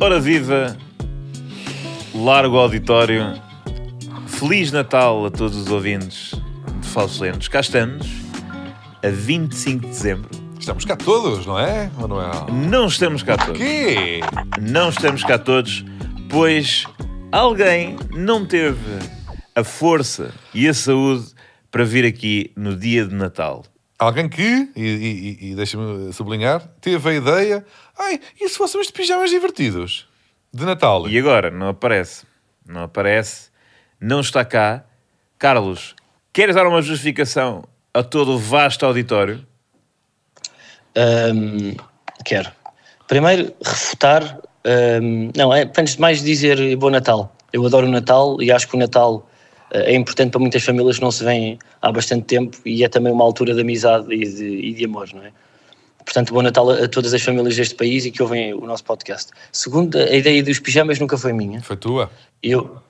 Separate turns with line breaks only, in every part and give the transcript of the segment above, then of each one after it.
Ora viva, largo auditório, Feliz Natal a todos os ouvintes de Falsos Lentos. Cá estamos, a 25 de dezembro.
Estamos cá todos, não é, Manuel?
Não estamos cá todos,
Quê?
não estamos cá todos, pois alguém não teve a força e a saúde para vir aqui no dia de Natal.
Alguém que, e, e- e- e deixa-me sublinhar, teve a ideia. Ai, e se fôssemos de pijamas divertidos? De Natal.
E agora? Não aparece. Não aparece. Não está cá. Carlos, queres dar uma justificação a todo o vasto auditório?
Ahm, quero. Primeiro, refutar. ahm, não, é, antes de mais, dizer Bom Natal. Eu adoro o Natal e acho que o Natal eh, é importante para muitas famílias que não se veem há bastante tempo e é também uma altura de amizade e de, e de amor, não é? Portanto, Bom Natal a a todas as famílias deste país e que ouvem o nosso podcast. Segundo, a ideia dos pijamas nunca foi minha.
Foi tua.
Eu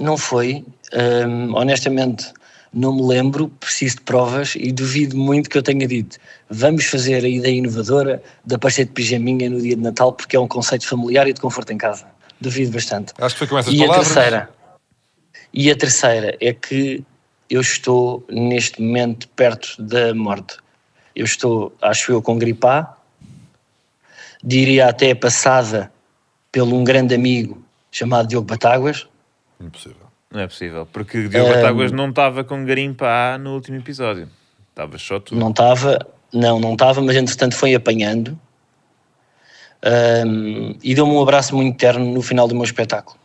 não foi, hum, honestamente, não me lembro, preciso de provas e duvido muito que eu tenha dito. Vamos fazer a ideia inovadora da passeio de pijaminha no dia de Natal, porque é um conceito familiar e de conforto em casa. Duvido bastante.
Acho que foi com essas
E a
palavras.
terceira. E a terceira é que eu estou neste momento perto da morte. Eu estou, acho eu, com gripe A. Diria até passada pelo um grande amigo chamado Diogo Batáguas.
Impossível.
Não é possível. Porque Diogo
Ahm.
Batáguas não estava com garimpa A no último episódio. Estava só tu.
Não estava, não, não estava, mas entretanto foi apanhando. Ahm, e deu-me um abraço muito terno no final do meu espetáculo.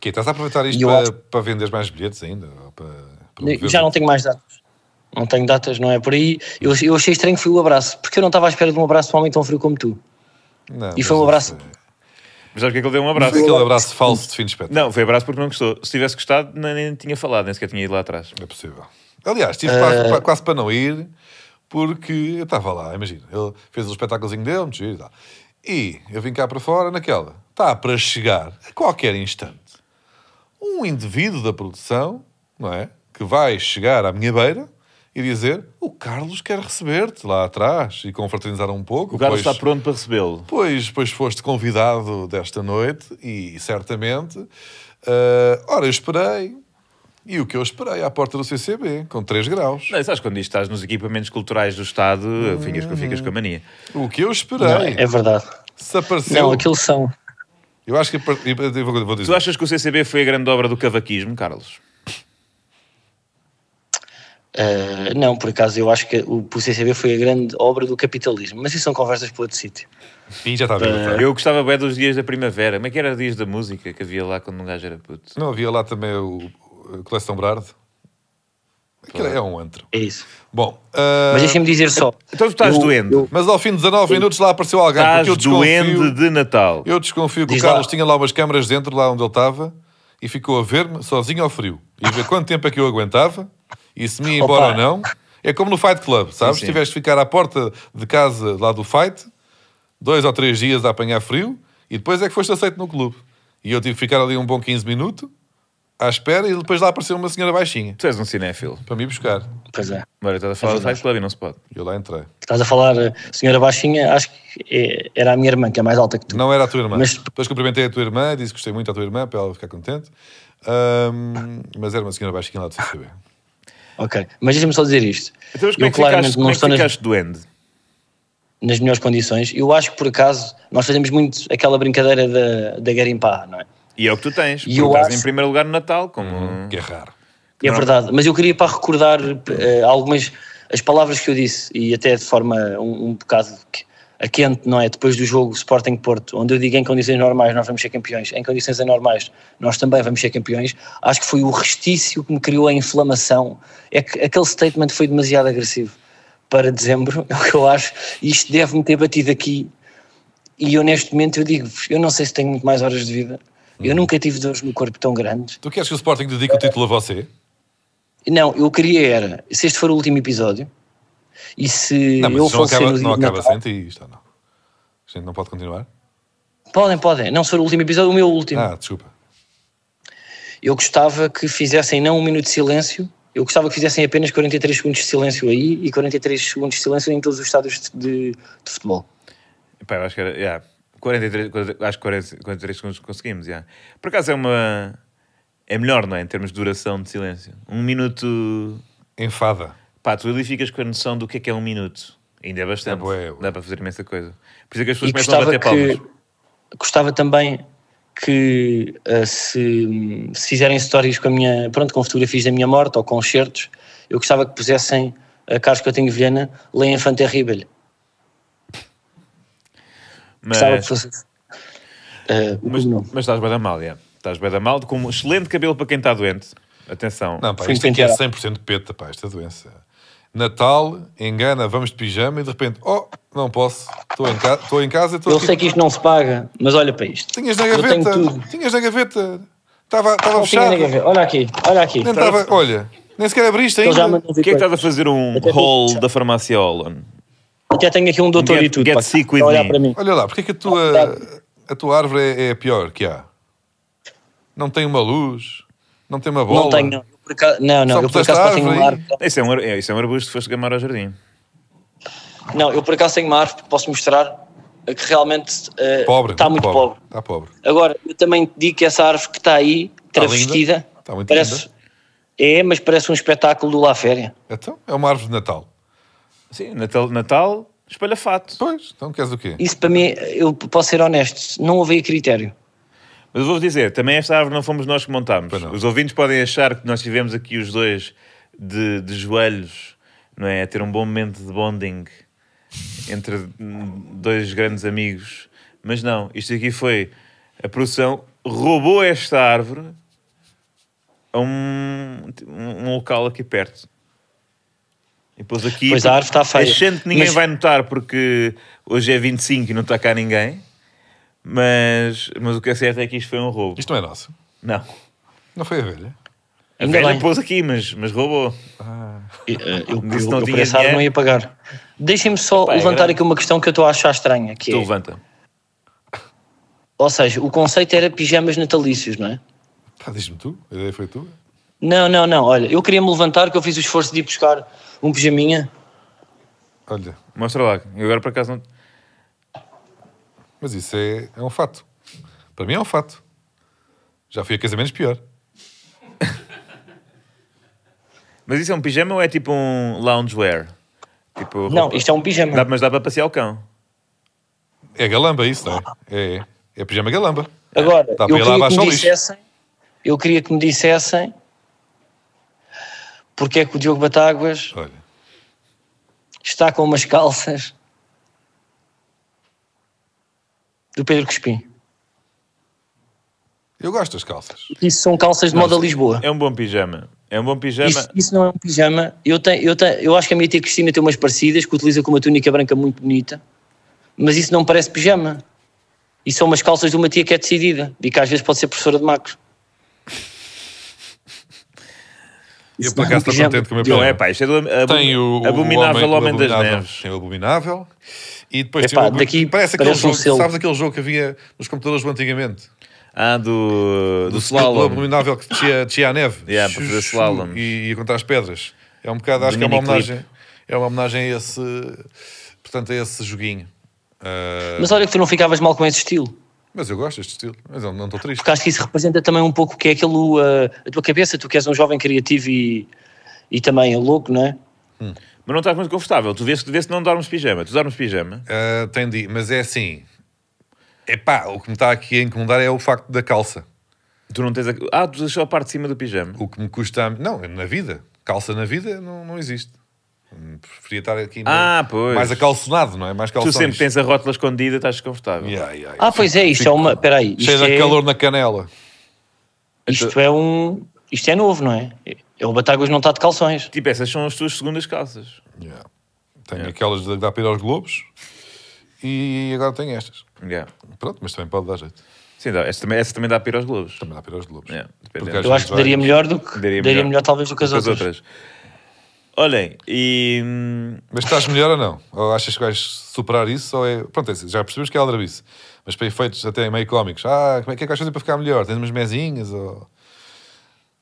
Quê? Estás a aproveitar isto
E eu
para,
acho-
para vender mais bilhetes ainda? Ou para- para
Já não tenho mais datas. Não tenho datas, não é por aí. Eu, eu achei estranho que foi o abraço, porque eu não estava à espera de um abraço de um homem tão frio como tu.
Não,
E foi um
mas
abraço.
isso é-
Mas sabes porque é que ele deu um abraço?
Aquele abraço falso de fim de espetáculo.
Não, foi abraço porque não gostou. Se tivesse gostado, nem, nem tinha falado, nem sequer tinha ido lá atrás.
É possível. Aliás, tive
Eh,
quase, pa- quase para não ir, porque eu estava lá, imagina. Ele fez o espetáculozinho dele, muito giro e tal. E eu vim cá para fora naquela. Está para chegar, a qualquer instante, um indivíduo da produção, não é? Que vai chegar à minha beira e dizer: O Carlos quer receber-te lá atrás e confraternizar um pouco.
O Carlos
pois-
está pronto para recebê-lo.
Pois, pois foste convidado desta noite e certamente. ah, ora, eu esperei. E o que eu esperei à porta do CCB, com 3 graus.
Não, sabes quando isto estás nos equipamentos culturais do Estado, ficas, com- ficas com a mania.
O que eu
Não,
esperei.
é verdade.
Se apareceu.
Não, aquilo são.
Eu acho que. a par- eu Vou, vou
Tu
dizer.
achas que o CCB foi a grande obra do cavaquismo, Carlos?
ah, não, por acaso, eu acho que o, o CCB foi a grande obra do capitalismo, mas isso são conversas para outro sítio.
Ih, já está tá? a ver,
Eh,
já está a ver.
Eu gostava bem dos dias da primavera. Como é que era dias da música que havia lá quando um gajo era puto?
Não havia lá também o, o Coleção Brardo? Aquilo é um antro.
É isso.
Bom. ah,
Mas deixem-me dizer só.
Eh, Então tu estás
Eu-
doente.
eu-
mas ao fim de 19 minutos lá apareceu alguém.
estás
porque eu desconfio-
doente de Natal.
Eu desconfio que
Diz
o Carlos
lá.
tinha lá umas câmaras dentro, lá onde ele estava, e ficou a ver-me sozinho ao frio. E a ver quanto tempo é que eu aguentava, e se me ia embora
Opa.
ou não. É como no Fight Club, sabes?
sim.
Tiveste de ficar à porta de casa lá do Fight, dois ou três dias a apanhar frio, e depois é que foste aceito no clube. E eu tive de ficar ali um bom 15 minutos, à espera, e depois lá apareceu uma senhora baixinha,
Tu és um cinéfilo.
para me ir buscar.
Pois é.
Agora estás a falar do Fight Club e não se pode.
E eu lá entrei.
Estás a falar, eh, senhora Baixinha, acho que eh, era a minha irmã, que é mais alta que tu.
Não era a tua irmã.
Mas-
Depois cumprimentei a tua irmã, disse que gostei muito da tua irmã, para ela ficar contente. Ahm, mas era uma senhora baixinha lá do CCB.
Ok. Mas deixa-me só dizer isto.
Então, mas como é
eu
que ficaste,
claramente
como
não
é que
estou nas,
ficaste doente?
nas melhores condições. Eu acho que, por acaso, nós fazemos muito aquela brincadeira da, da garimpá, não é?
E é o que tu tens.
E
porque
eu
estás
acho-
em primeiro lugar no Natal, como.
Que é raro.
É
Não.
verdade, mas eu queria para recordar eh, algumas as palavras que eu disse e até de forma um, um bocado que- a quente, não é? Depois do jogo Sporting Porto, onde eu digo em condições normais nós vamos ser campeões, em condições anormais nós também vamos ser campeões, acho que foi o restício que me criou a inflamação. É que aquele statement foi demasiado agressivo para dezembro, é o que eu acho, e isto deve-me ter batido aqui e eu neste momento eu digo, eu não sei se tenho muito mais horas de vida, eu nunca tive dores no corpo tão grandes,
Tu queres que o Sporting dedique o título a você?
não, eu queria era, se este for o último episódio, e se
Não, mas
eu
isso não
fosse
acaba,
no dia
não
de
acaba assim.
Natal,
sem ti, isto ou não. A gente não pode continuar?
podem, podem, não se for o último episódio, o meu último.
Ah, desculpa.
Eu gostava que fizessem não um minuto de silêncio, eu gostava que fizessem apenas 43 segundos de silêncio aí e 43 segundos de silêncio em todos os estádios de, de futebol.
Pá, eu acho que era. yeah. 43, quarenta- acho que 40, 43 segundos conseguimos, já. Por acaso é uma... É melhor, não é? Em termos de duração de silêncio. Um minuto...
Enfada.
Pá, tu ali ficas com a noção do que é que é um minuto. Ainda é bastante.
É bué, é bué.
Dá para fazer imensa coisa. Por isso é que as pessoas
E
começam a
gostava
bater
que.
palmas.
Gostava também que eh, se, se fizerem stories com a minha. Pronto, com fotografias da minha morte ou concertos, eu gostava que pusessem a Carlos Coutinho Vilhena, Leia Infante Terrible. Gostava que
Mas,
fosse. eh, o
mas,
cognom.
mas estás bem da mal, já. Estás bem da mal, com um excelente cabelo para quem está doente. Atenção.
Não, pá,
Fui
isto aqui é
penteado.
100% peta, pá, esta doença. Natal, engana, vamos de pijama e de repente, oh, não posso, estou em, ca estou em casa e estou
Eu
aqui.
sei que isto não se paga, mas olha para isto.
Tinhas na
Eu tenho
gaveta,
tudo.
tinhas na gaveta, estava estava
Não tinha
fechado,
ninguém a
nem
ver. Olha aqui, olha aqui.
estava, olha, nem sequer abriste
Ele Então, já
ainda.
mandou
O
vir
que é que
coisa.
estás a fazer um
Até vou
haul
puxar.
da farmácia Olan?
Até tenho aqui um doutor
Get-
e tudo
get
pá,
sick
para
with
olhar
me.
para mim.
Olha lá, porque é que a tua, a tua árvore é, é a pior que há? Não tem uma luz, não tem uma bola.
Não tenho, não. Eu por acaso- não,
Só
não, eu por
puseste
acaso
a
só tenho
árvore
uma
aí.
árvore.
Isso é um, ar- é, isso é um arbusto que foste gamar ao jardim.
Não, eu por acaso tenho uma árvore que posso mostrar eh, que realmente eh,
Pobre,
está muito pobre.
Está pobre.
Agora, eu também digo que essa árvore que está aí,
Está
travestida,
linda. Está muito
parece.
linda.
É, mas parece um espetáculo do La Féria.
Então, é uma árvore de Natal.
Sim, Natal, Natal espalha fato.
Pois, então queres o quê?
Isso para mim, eu posso ser honesto, não houve aí critério.
Mas vou-vos dizer, também esta árvore não fomos nós que montámos.
Pois não.
Os ouvintes podem achar que nós tivemos aqui os dois de, de joelhos, não é? A ter um bom momento de bonding entre hum, dois grandes amigos. Mas não, isto aqui foi... A produção roubou esta árvore a um, um local aqui perto. E pôs aqui...
Pois a árvore está feia.
Achando que ninguém
Mas-
vai notar porque hoje é 25 e não está cá ninguém. Mas, mas o que é certo é que isto foi um roubo.
Isto não é nosso.
Não.
Não foi a velha.
A
Ainda
velha
bem.
pôs aqui, mas, mas roubou.
Eu, eu,
Disse
eh, eu,
não
eu por
tinha
essa
dinheiro.
árvore não ia pagar. Deixem-me só
Pá, é
levantar
grande. Então
aqui uma questão que eu estou a achar estranha. Que
Tu
é,
levanta.
ou seja, o conceito era pijamas natalícios, não é?
Pá, diz-me tu, a ideia foi tua.
Não, não, não. Olha, eu queria me levantar que eu fiz o esforço de ir buscar um pijaminha.
Olha,
Mostra lá. Eu agora por acaso não.
mas isso é, é um fato. Para mim é um fato. Já fui a casamentos pior.
Mas isso é um pijama ou é tipo um loungewear? Tipo,
Não,
roupa?
isto é um pijama.
Dá- mas dá para passear o cão.
É galamba isso, não
Ah.
é? É, é pijama galamba.
Agora,
Dá para
eu
ir lá
queria
abaixo
que
ao
me
lixo.
dissessem, eu queria que me dissessem porque é que o Diogo Batáguas
Olha,
está com umas calças do Pedro Crispim.
eu gosto das calças.
Isso são calças de moda Lisboa.
É um bom pijama. É um bom pijama.
Isso, isso não é um pijama. Eu, tenho, eu, tenho, eu acho que a minha tia Cristina tem umas parecidas que utiliza com uma túnica branca muito bonita, mas isso não parece pijama. Isso são umas calças de uma tia que é decidida e que às vezes pode ser professora de macros.
E eu
Isso
por
não é um
acaso estou
pijama.
contente com o meu
Não é
pijama.
pá, isto é do ab- ab-
Tem o, o
abominável
o
homem, das
abominável.
Neves.
Tem o abominável. E depois
Epá,
tem o,
daqui
parece aquele
parece um
jogo,
selo.
sabes aquele jogo que havia nos computadores do antigamente?
Ah, do, do
O
slalom.
abominável que tinha, tinha a neve.
Yeah, para
Chu-
fazer
chu-
slalom.
E, e contra as pedras. É um bocado, acho
Do
que é uma
miniclip.
homenagem. É uma homenagem a esse, portanto, a esse joguinho. Ah, mas,
Mas olha que tu não ficavas mal com esse estilo.
eu gosto deste estilo. Mas eu não estou triste.
porque acho que isso representa também um pouco o que é aquilo, uh, a tua cabeça, tu que és um jovem criativo e, e também louco, não é?
Mas não estás muito confortável. Tu vês, tu vês que não dormes pijama. Tu dormes pijama.
Ah, tem de, mas é assim. Epá, o que me está aqui a incomodar é o facto da calça.
Tu não tens a... Ah, tu deixou a parte de cima do pijama.
O que me custa. a- Não, na vida. Calça na vida não, não existe. Hum, Preferia estar aqui no-
Ah, pois.
mais acalçonado, não é? Mais
Tu
calções.
sempre tens a rótula escondida, estás desconfortável.
Yeah, yeah,
Ah, pois é, isto é uma. Espera aí, isto,
Cheio de
é,
calor na canela.
isto é um. Isto é novo, não é? É O Batáguas não está de calções.
Tipo, essas são as tuas segundas calças.
Yeah. Tenho aquelas de dar para ir aos Globos e agora tenho estas.
Yeah.
Pronto, mas também pode dar jeito.
Sim, dá. Essa, também, essa também dá para ir aos globos.
Também dá para ir aos Globos.
Yeah, depende.
Porque às
Eu acho que
vezes
daria
vai-
melhor do que. Daria, melhor, talvez do que as
do que
outras.
Olhem, e... hum,
Mas estás melhor ou não? Ou achas que vais superar isso? Ou é... Pronto, é assim, já percebes que é aldrabice. Mas para efeitos até meio cómicos. Ah, como é que é que vais fazer para ficar melhor? Tens umas mesinhas ou...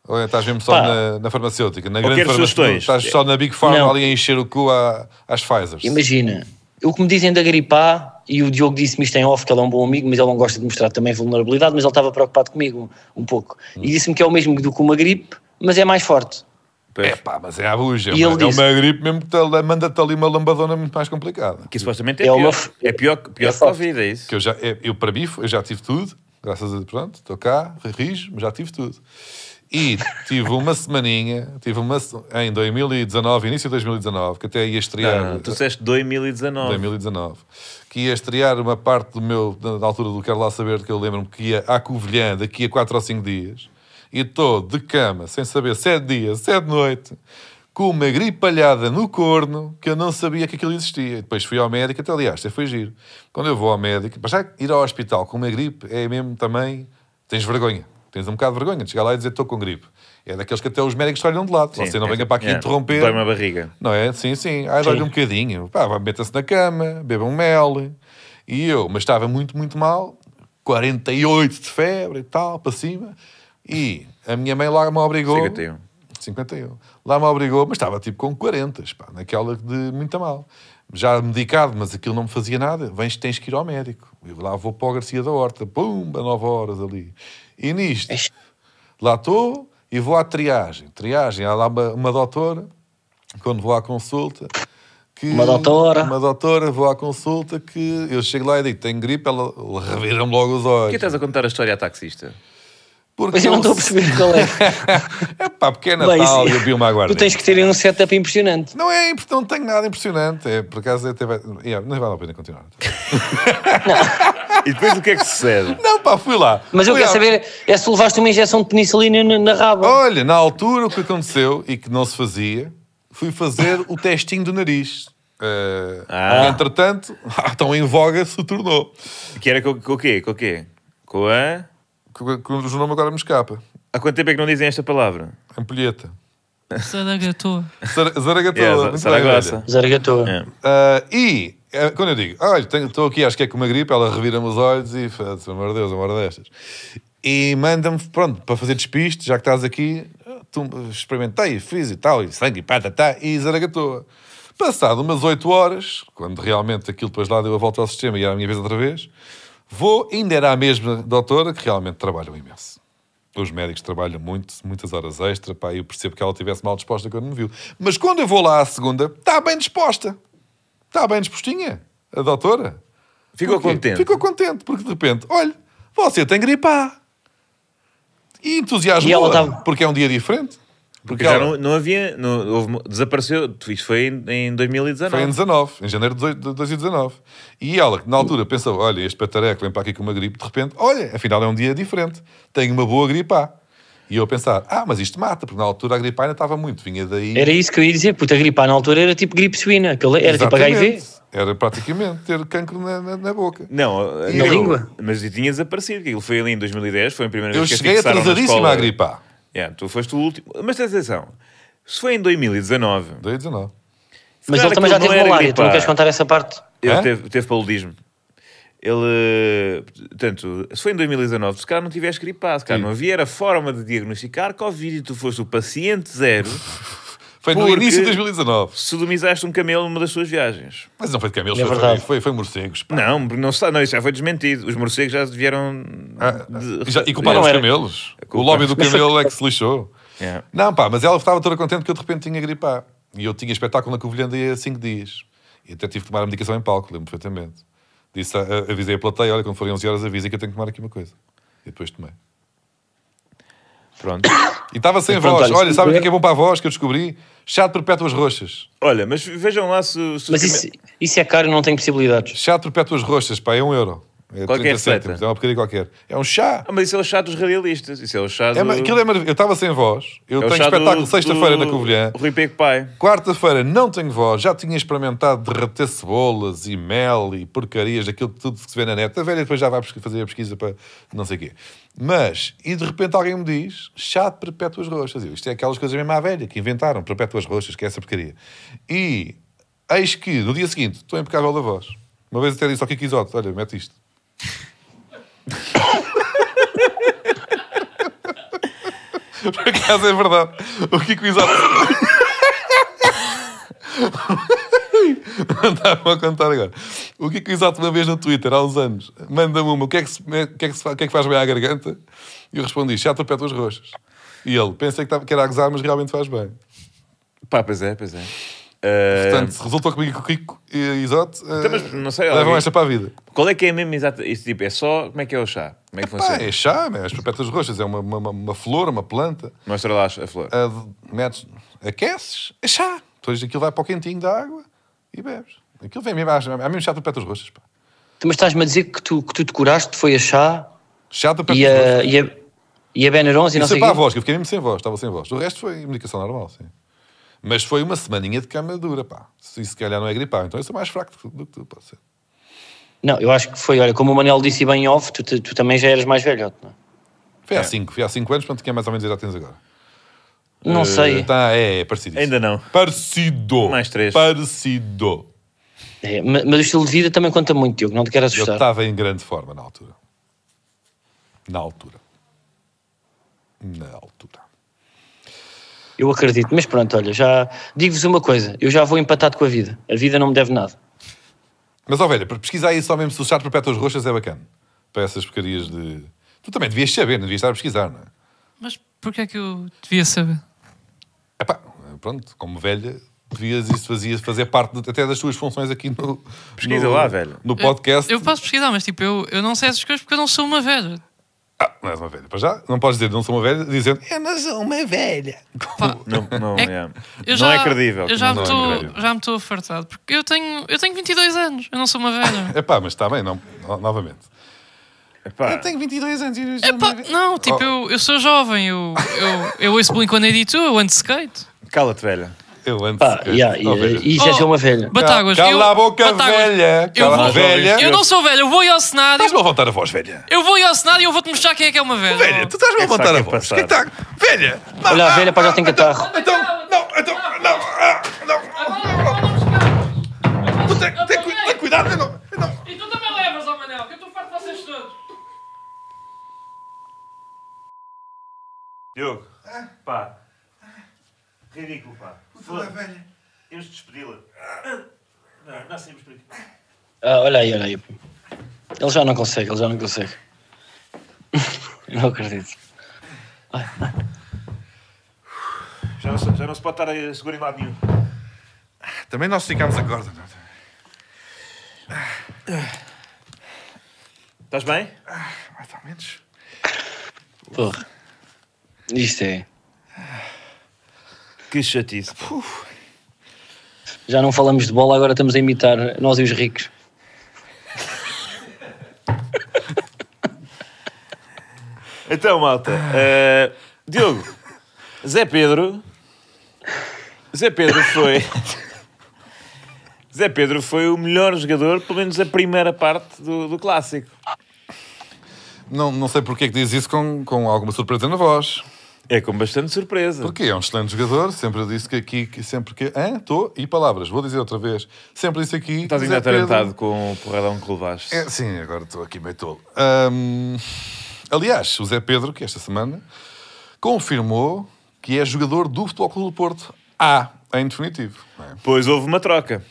Ou é, estás mesmo só
Pá.
na, na farmacêutica, na
queres
grande farmacêutica?
sugestões?
Estás só na Big Pharma
Não.
ali a encher o cu à- às Pfizers.
Imagina, o que me dizem da Gripá, e o Diogo disse-me isto em off, que ele é um bom amigo, mas ele não gosta de mostrar também vulnerabilidade, mas ele estava preocupado comigo um pouco. E disse-me que é o mesmo do que uma gripe, mas é mais forte.
Pois,
É pá, mas é a buja.
E
é
ele
uma- é
disse-
uma gripe mesmo que te- manda-te ali uma lambadona muito mais complicada.
que supostamente é,
É
pior.
uma-
É pior, que- pior
é
que
forte.
Covid, é isso?
Que eu já, é- eu para mim, foi- eu já tive tudo, graças a Deus, pronto, estou cá, rijo, mas já tive tudo. E tive uma semaninha, tive uma, se- em 2019, início de 2019, que até ia estrear.
Não, não, Ah, tu disseste 2019.
2019, que ia estrear uma parte do meu, da da altura do Quero Lá Saber, que eu lembro-me que ia à Covilhã daqui a 4 ou 5 dias, e estou de cama, sem saber, 7 dias, 7 noite, com uma gripalhada no corno, que eu não sabia que aquilo existia. E depois fui ao médico, até aliás, até foi giro. Quando eu vou ao médico, para já ir ao hospital com uma gripe é mesmo também, tens vergonha. Tens um bocado de vergonha de chegar lá e dizer estou com gripe. É daqueles que até os médicos te olham de lado.
Sim,
Você não
é-
venha para aqui
yeah,
interromper.
Dói-me a barriga.
Não é? Sim, sim. Ai, olha um bocadinho. Pá, vá, meta-se na cama, beba um mel. E eu, mas estava muito, muito mal. 48 de febre e tal, para cima. E a minha mãe lá me obrigou...
51.
51. Lá me obrigou, mas estava tipo com 40, pá, naquela de muito mal. Já medicado, mas aquilo não me fazia nada. Vens, tens que ir ao médico. Eu lá vou para o Garcia da Horta. Pumba, 9 horas ali. E nisto...
Eish.
Lá estou e vou à triagem. Triagem, há lá uma, uma doutora, quando vou à consulta. Que,
Uma doutora.
Uma doutora, vou à consulta que eu chego lá e digo: tenho gripe, ela ela revira-me logo os
Por que
olhos.
estás a contar a história à taxista?
Porque
Mas eu não estou a perceber qual é.
É pá, porque é
Bem,
Natal
isso-
e eu vi uma aguarda.
Tu tens que ter um setup impressionante.
Não é, impor- não tenho nada impressionante. É, por acaso, até vai... é, não vale a pena continuar.
E depois o que é que sucede?
não, pá, fui lá.
Mas eu
Fui
quero
à-
saber é se levaste uma injeção de penicilina na, na raba.
Olha, na altura o que aconteceu e que não se fazia, fui fazer o testinho do nariz. Eh,
Ah.
Entretanto, tão em voga se tornou.
Que era com, com o quê? Com o quê? Com a...
Que o que o nome agora me escapa.
Há quanto tempo é que não dizem esta palavra?
Ampulheta.
Saragatua.
Zar- Zaragatoa.
Yeah,
muito bem,
É, Zaragoza.
olha.
Oh! Zargatou.
É.
Ah, e eh, quando eu digo, olha, tenho- estou aqui, acho que é com uma gripe, ela revira-me os olhos e faz, pelo amor de Deus, amor destas. E manda-me, pronto, para fazer despiste, já que estás aqui, tu, experimentei, fiz e tal, e sangue, e pá, tá, tá, e zaragatoa. Passado umas 8 horas, quando realmente aquilo depois lá deu a volta ao sistema e era a minha vez outra vez, vou, ainda era a mesma doutora, que realmente trabalham imenso. Os médicos trabalham muito, muitas horas extra, pá, eu percebo que ela estivesse mal disposta quando me viu. Mas quando eu vou lá à segunda, está bem disposta. Está bem dispostinha, a doutora.
Ficou
Porquê?
contente.
Ficou contente, porque de repente, olha, você tem gripe A. E entusiasmou
E ela tava-
porque é um dia diferente.
Porque
Porque
já
ela-
não, não havia... Não, houve- desapareceu. Isto foi em, em 2019.
Foi em 19, em janeiro de 18 de 2019. E ela, que na altura pensou, olha, este patareco vem para aqui com uma gripe, de repente, olha, afinal é um dia diferente, tenho uma boa gripe A. E eu a pensar, ah, mas isto mata, porque na altura a gripe A ainda estava muito, vinha daí...
Era isso que eu ia dizer, puta, a gripe A na altura era tipo gripe suína, aquele- era tipo HIV.
Exatamente. Era praticamente ter cancro na, na- na boca.
Não,
Na
não,
língua?
Mas eu tinha desaparecido. Aquilo foi ali em 2010, foi a primeira
Eu
vez que
cheguei
fixaram na
atrasadíssimo
escola.
à gripe A.
Yeah, tu foste o último. Mas tens atenção, se foi em 2019. se
2019.
Mas
calhar
ele também já
aquilo
teve
não era
malária,
gripe
tu não
A.
queres contar essa parte?
Ele
Hã?
teve, teve paludismo. Ele, portanto, se foi em 2019, se calhar não tivesse gripado, se calhar não havia era forma de diagnosticar Covid e tu foste o paciente zero
Foi no
Porque-
início de 2019.
se sodomizaste um camelo numa das suas viagens.
Mas não foi de camelos,
É
foi, foi,
verdade.
foi, foi morcegos. pá.
Não, porque não, se sabe- não, isso já foi desmentido. Os morcegos já vieram.
Ah, ah,
de-
já- e culparam
Não
os
era.
camelos. O
É culpa.
lobby do camelo é que se lixou.
Yeah.
Não, pá, mas ela estava toda contente que eu de repente tinha gripe A. E eu tinha espetáculo na Covilhã daí a 5 dias. E até tive que tomar a medicação em palco, lembro perfeitamente. Disse, a- a- avisei a plateia, olha, quando forem 11 horas avisem que eu tenho que tomar aqui uma coisa. E depois tomei.
Pronto.
E estava sem
E pronto,
voz.
olha,
Olha,
se
sabe o que é
puder-
que é bom para a voz que eu descobri? Chá de perpétuas roxas.
Olha, mas vejam lá se. se o
Mas
camelo-
isso, isso é caro e não tem possibilidades.
Chá de perpétuas roxas, pá, é um euro. É
Qual que é a
30 cêntimos,
receita?
é uma porcaria qualquer. É um chá.
Ah, mas isso é o chá dos radialistas. Isso é o chá do...
É, ma- aquilo é maravilhoso. Eu estava sem voz. Eu
é o
tenho
chá do-
espetáculo sexta-feira
do
na Covilhã.
Rui Pego Pai.
Quarta-feira não tenho voz, já tinha experimentado derreter cebolas e mel e porcarias, aquilo que tudo que se vê na net. A velha depois já vai pesqui- fazer a pesquisa para não sei o quê. Mas, e de repente alguém me diz chá de perpétuas roxas. Eu, Isto é aquelas coisas mesmo à velha que inventaram, perpétuas roxas, que é essa porcaria. E eis que no dia seguinte estou impecável da voz. Uma vez até disse ao Kiko Isoto, olha, mete isto. Por acaso é verdade. O Kiko Isoto Estava a contar agora. O que é que exato uma vez no Twitter, há uns anos, manda-me uma, o que é que, se- o que, é que se fa- o que é que faz bem à garganta? E eu respondi, chato perpétuas roxas. E ele, pensei que, estava- que era a gozar, mas realmente faz bem.
Pá, pois é, pois é. Ah,
Portanto, se resultou comigo e com o Kiko e Isote,
Então, mas não sei,
levam
alguém-
esta para a vida.
qual é que é mesmo exato? Isso tipo, é só. Como é que é o chá? Como é que
Pá,
funciona?
é chá, né? as perpétuas roxas, é uma, uma, uma- uma flor, uma planta,
Mostra lá a flor.
a, metes, aqueces, é chá. Depois aquilo vai para o quentinho da água e bebes. Aquilo vem mesmo, há mesmo chá de perpétuas roxas, pá.
Mas estás-me a dizer que tu, que tu decoraste foi a chá
Chá de
e
perpétuas
a,
eh,
roxas.
e a, e a Ben Arons e não
Isso é
sei
para a
o quê?
voz, que eu fiquei mesmo sem voz, estava sem voz. O resto foi medicação normal, sim. Mas foi uma semaninha de cama dura, pá. Se isso se calhar não é gripar, então eu sou mais fraco do que tu, pode ser.
Não, eu acho que foi, olha, como o Manel disse bem em off, tu, te- tu também já eras mais velhote, não é?
Foi
É.
há 5, foi há 5 anos, portanto, que é mais ou menos a idade que tens agora.
Não sei.
Tá, é, é parecido. isso.
Ainda não.
Parecido.
Mais três.
Parecido.
É, ma- mas o estilo de vida também conta muito, Diogo, não te quero
Eu
assustar.
estava em grande forma na altura. Na altura. Na altura.
Eu acredito, mas pronto, olha, já digo-vos uma coisa, eu já vou empatado com a vida. A vida não me deve nada.
Mas, ó, velho, para pesquisar isso só mesmo se o chato perpétuas roxas é bacana. Para essas porcarias de. Tu também devias saber, não devias estar a pesquisar, não é?
Mas porquê é que eu devia saber?
Epá, pronto, como velha, devias isso fazia fazer parte de- até das tuas funções aqui no.
Pesquisa
no-
lá, velho.
No podcast.
Eu posso pesquisar, mas tipo, eu, eu não sei essas coisas porque eu não sou uma velha.
Ah, não és uma velha. Para já, não podes dizer não sou uma velha, dizendo eu não sou uma velha.
Pá,
Não, não,
É-
é.
eu
não é credível.
Eu já
Não
me
é
tô-
credível.
já me estou afartado. Porque eu tenho, eu tenho 22 anos, eu não sou uma velha.
Epá, mas está bem, não, no- novamente.
Epá,
Eu tenho 22 anos e eu sou
Epá,
uma velha.
não, tipo,
Oh,
eu, eu sou jovem, eu, eu, eu ouço Blink 182, eu ando de skate.
Cala-te, velha.
Eu antes.
Pá,
eu-
yeah,
oh,
e-
velha.
e já
Oh,
sou uma velha.
but- Batáguas,
Cala
eu-
a boca,
Batáguas.
velha.
Eu
Cala a
vou-
velha.
Eu não sou velha, eu vou ir ao cenário,
Estás-me a levantar a voz, velha.
eu vou ir ao cenário e eu vou-te mostrar quem é que é uma velha.
Velha, tu estás-me a
É que
levantar
sabe
a
que é
voz. Que é que
passado.
tá? Velha!
Olha,
Ah,
a velha
ah,
para já tem
então-
catarro.
Então, não, então, não, ah, não. Tu tem- tem cu- tem cuidado, eu não. eu não-
E tu também levas, ó Manel, que eu estou farto de vocês todos.
Diogo, pá. Ridículo, pá. Temos de despedi-la. Não, nós saímos por aqui.
Ah, olha aí, olha aí. Ele já não consegue, ele já não consegue. não acredito.
Já não, se- já não se pode estar a segurar em lado nenhum.
Também nós ficámos a corda.
Estás bem?
Mais ou menos.
Porra. Isto é.
Que chatice.
Já não falamos de bola, agora estamos a imitar nós e os ricos.
Então, malta. eh, Diogo, Zé Pedro. Zé Pedro foi. Zé Pedro foi o melhor jogador, pelo menos a primeira parte do, do clássico.
Não, não sei porque é que diz isso com, com alguma surpresa na voz.
É com bastante surpresa.
Porque é um excelente jogador, sempre disse que aqui, que sempre que. Hã? Estou. E palavras, vou dizer outra vez. Sempre disse aqui.
Estás
Zé
ainda
Pedro-
atarantado com o porradão que levaste.
É, sim, agora estou aqui meio tolo. Ahm, aliás, o Zé Pedro, que esta semana confirmou que é jogador do Futebol Clube do Porto. A, em definitivo. não é?
Pois houve uma troca.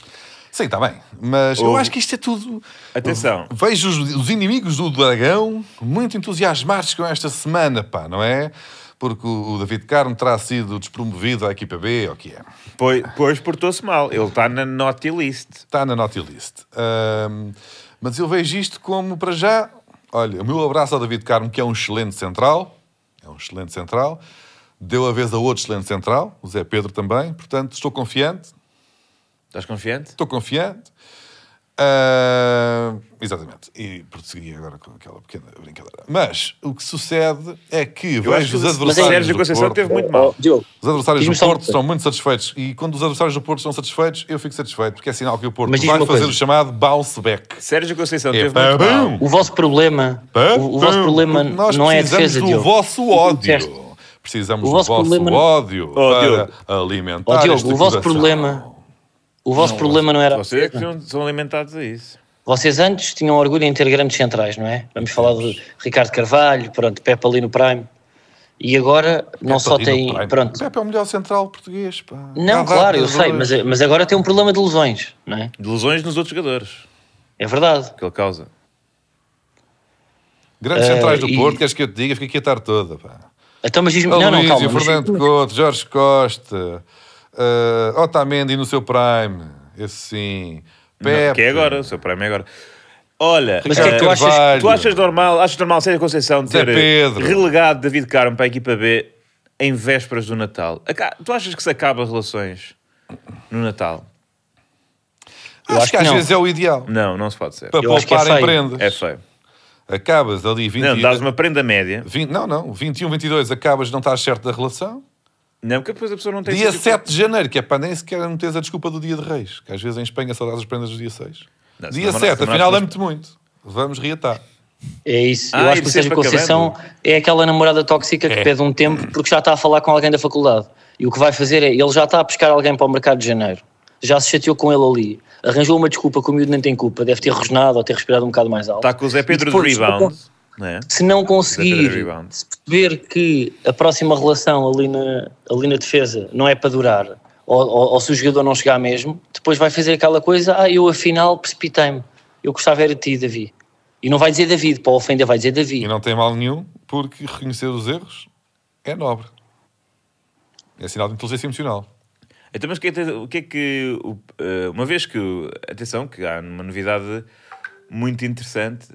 Sim, está bem. Mas eu
Houve-
acho que isto é tudo.
Atenção.
Vejo os, os inimigos do Dragão muito entusiasmados com esta semana, pá, não é? Porque o, o David Carmo terá sido despromovido à equipa B, ou o que é?
Pois, pois portou-se mal. Ele está na naughty list.
Está na naughty list. Ahm, mas eu vejo isto como, para já, olha, o meu abraço ao David Carmo, que é um excelente central, é um excelente central, deu a vez a outro excelente central, o Zé Pedro também, portanto, estou confiante,
Estás confiante?
Estou confiante. Ah, exatamente. E prossegui agora com aquela pequena brincadeira. Mas o que sucede é que vejo os
mas é
adversários.
Sérgio
do
Conceição
Porto-
teve muito mal.
Oh, Diogo,
Os adversários
Diz-me
do
só uma
Porto
coisa.
estão muito satisfeitos e quando os adversários do Porto são satisfeitos, eu fico satisfeito, porque é sinal que o Porto
Mas diz-me
vai
uma
fazer
coisa.
o chamado bounce back.
Sérgio Conceição
É
teve
pá,
muito mal.
bum,
o vosso problema,
pá,
o, o vosso
bum.
problema
Nós
não é a
precisamos um
defesa,
do
Diogo.
vosso
disseste.
ódio. Precisamos
O
do
vosso
vosso
problema não-
ódio para
Oh, Diogo.
alimentar
Ó,
este
Diogo, o vosso
coração.
problema, o vosso problema não era.
Vocês é que são- são alimentados a isso.
Vocês antes tinham orgulho em ter grandes centrais, não é? Vamos falar de Ricardo Carvalho, pronto, Pepe ali no Prime. E agora não
Pepe
só
ali no
tem.
prime.
Pronto.
Pepe é o melhor central português, pá.
Não,
Dá- dá-
claro, eu
dá-
sei, mas, mas agora tem um problema de lesões, não é?
De lesões nos outros jogadores.
É verdade.
Que ele causa.
Grandes
Eh,
centrais do
e-
Porto, queres que eu te diga? Fiquei aqui a tarde toda, pá.
Então, mas diz-me. Não, não, calma.
Aloysio,
mas-
Fernando Couto, Jorge Costa, eh, Otamendi no seu prime, esse sim. Pepe.
Não, que é agora, o seu prémio é agora. Olha,
Mas o que é que tu
eh,
achas-
Carvalho.
tu achas normal, achas normal Sérgio Conceição
Zé
ter eh,
Pedro.
relegado David Carmo para a equipa B em vésperas do Natal? Aca- Tu achas que se acaba relações no Natal?
Eu
Acho
acho
que
que
às
não.
vezes é o ideal.
Não, não se pode ser.
Para
Eu acho que é
poupar em
feio.
prendas.
É feio.
Acabas ali 20
Não, dás uma prenda média.
20, não, não, 21, 22, acabas, não estás certo da relação.
Não, porque depois a pessoa não tem...
Dia
sítio-
7 de janeiro, que é para nem sequer não teres a desculpa do dia de reis, que às vezes em Espanha só dás as prendas do dia 6.
Não,
dia
senão-
7,
senão-
afinal
senão-
amo-te muito. Vamos reatar.
É isso.
Ah,
eu acho
e
que o
sempre
Sérgio Conceição é aquela namorada tóxica que
É.
pede um tempo porque já está a falar com alguém da faculdade. E o que vai fazer é, ele já está a pescar alguém para o mercado de janeiro. Já se chateou com ele ali. Arranjou uma desculpa que o miúdo nem tem culpa. Deve ter rosnado ou ter respirado um bocado mais alto.
Está Tá com o Zé Pedro
E
de
depois,
rebound. não é?
Se não
Zé Pedro
conseguir,
rebound.
se perceber que a próxima relação ali na, ali na defesa não é para durar, ou, ou- ou se o jogador não chegar mesmo, depois vai fazer aquela coisa, ah, eu afinal precipitei-me. Eu gostava era de ti, Davi. E não vai dizer David, para ofender vai dizer Davi.
E não tem mal nenhum, porque reconhecer os erros é nobre. É sinal de inteligência emocional.
Então, mas o que é que- o que é que. o- eh, Uma vez que. o- Atenção, que há uma novidade muito interessante.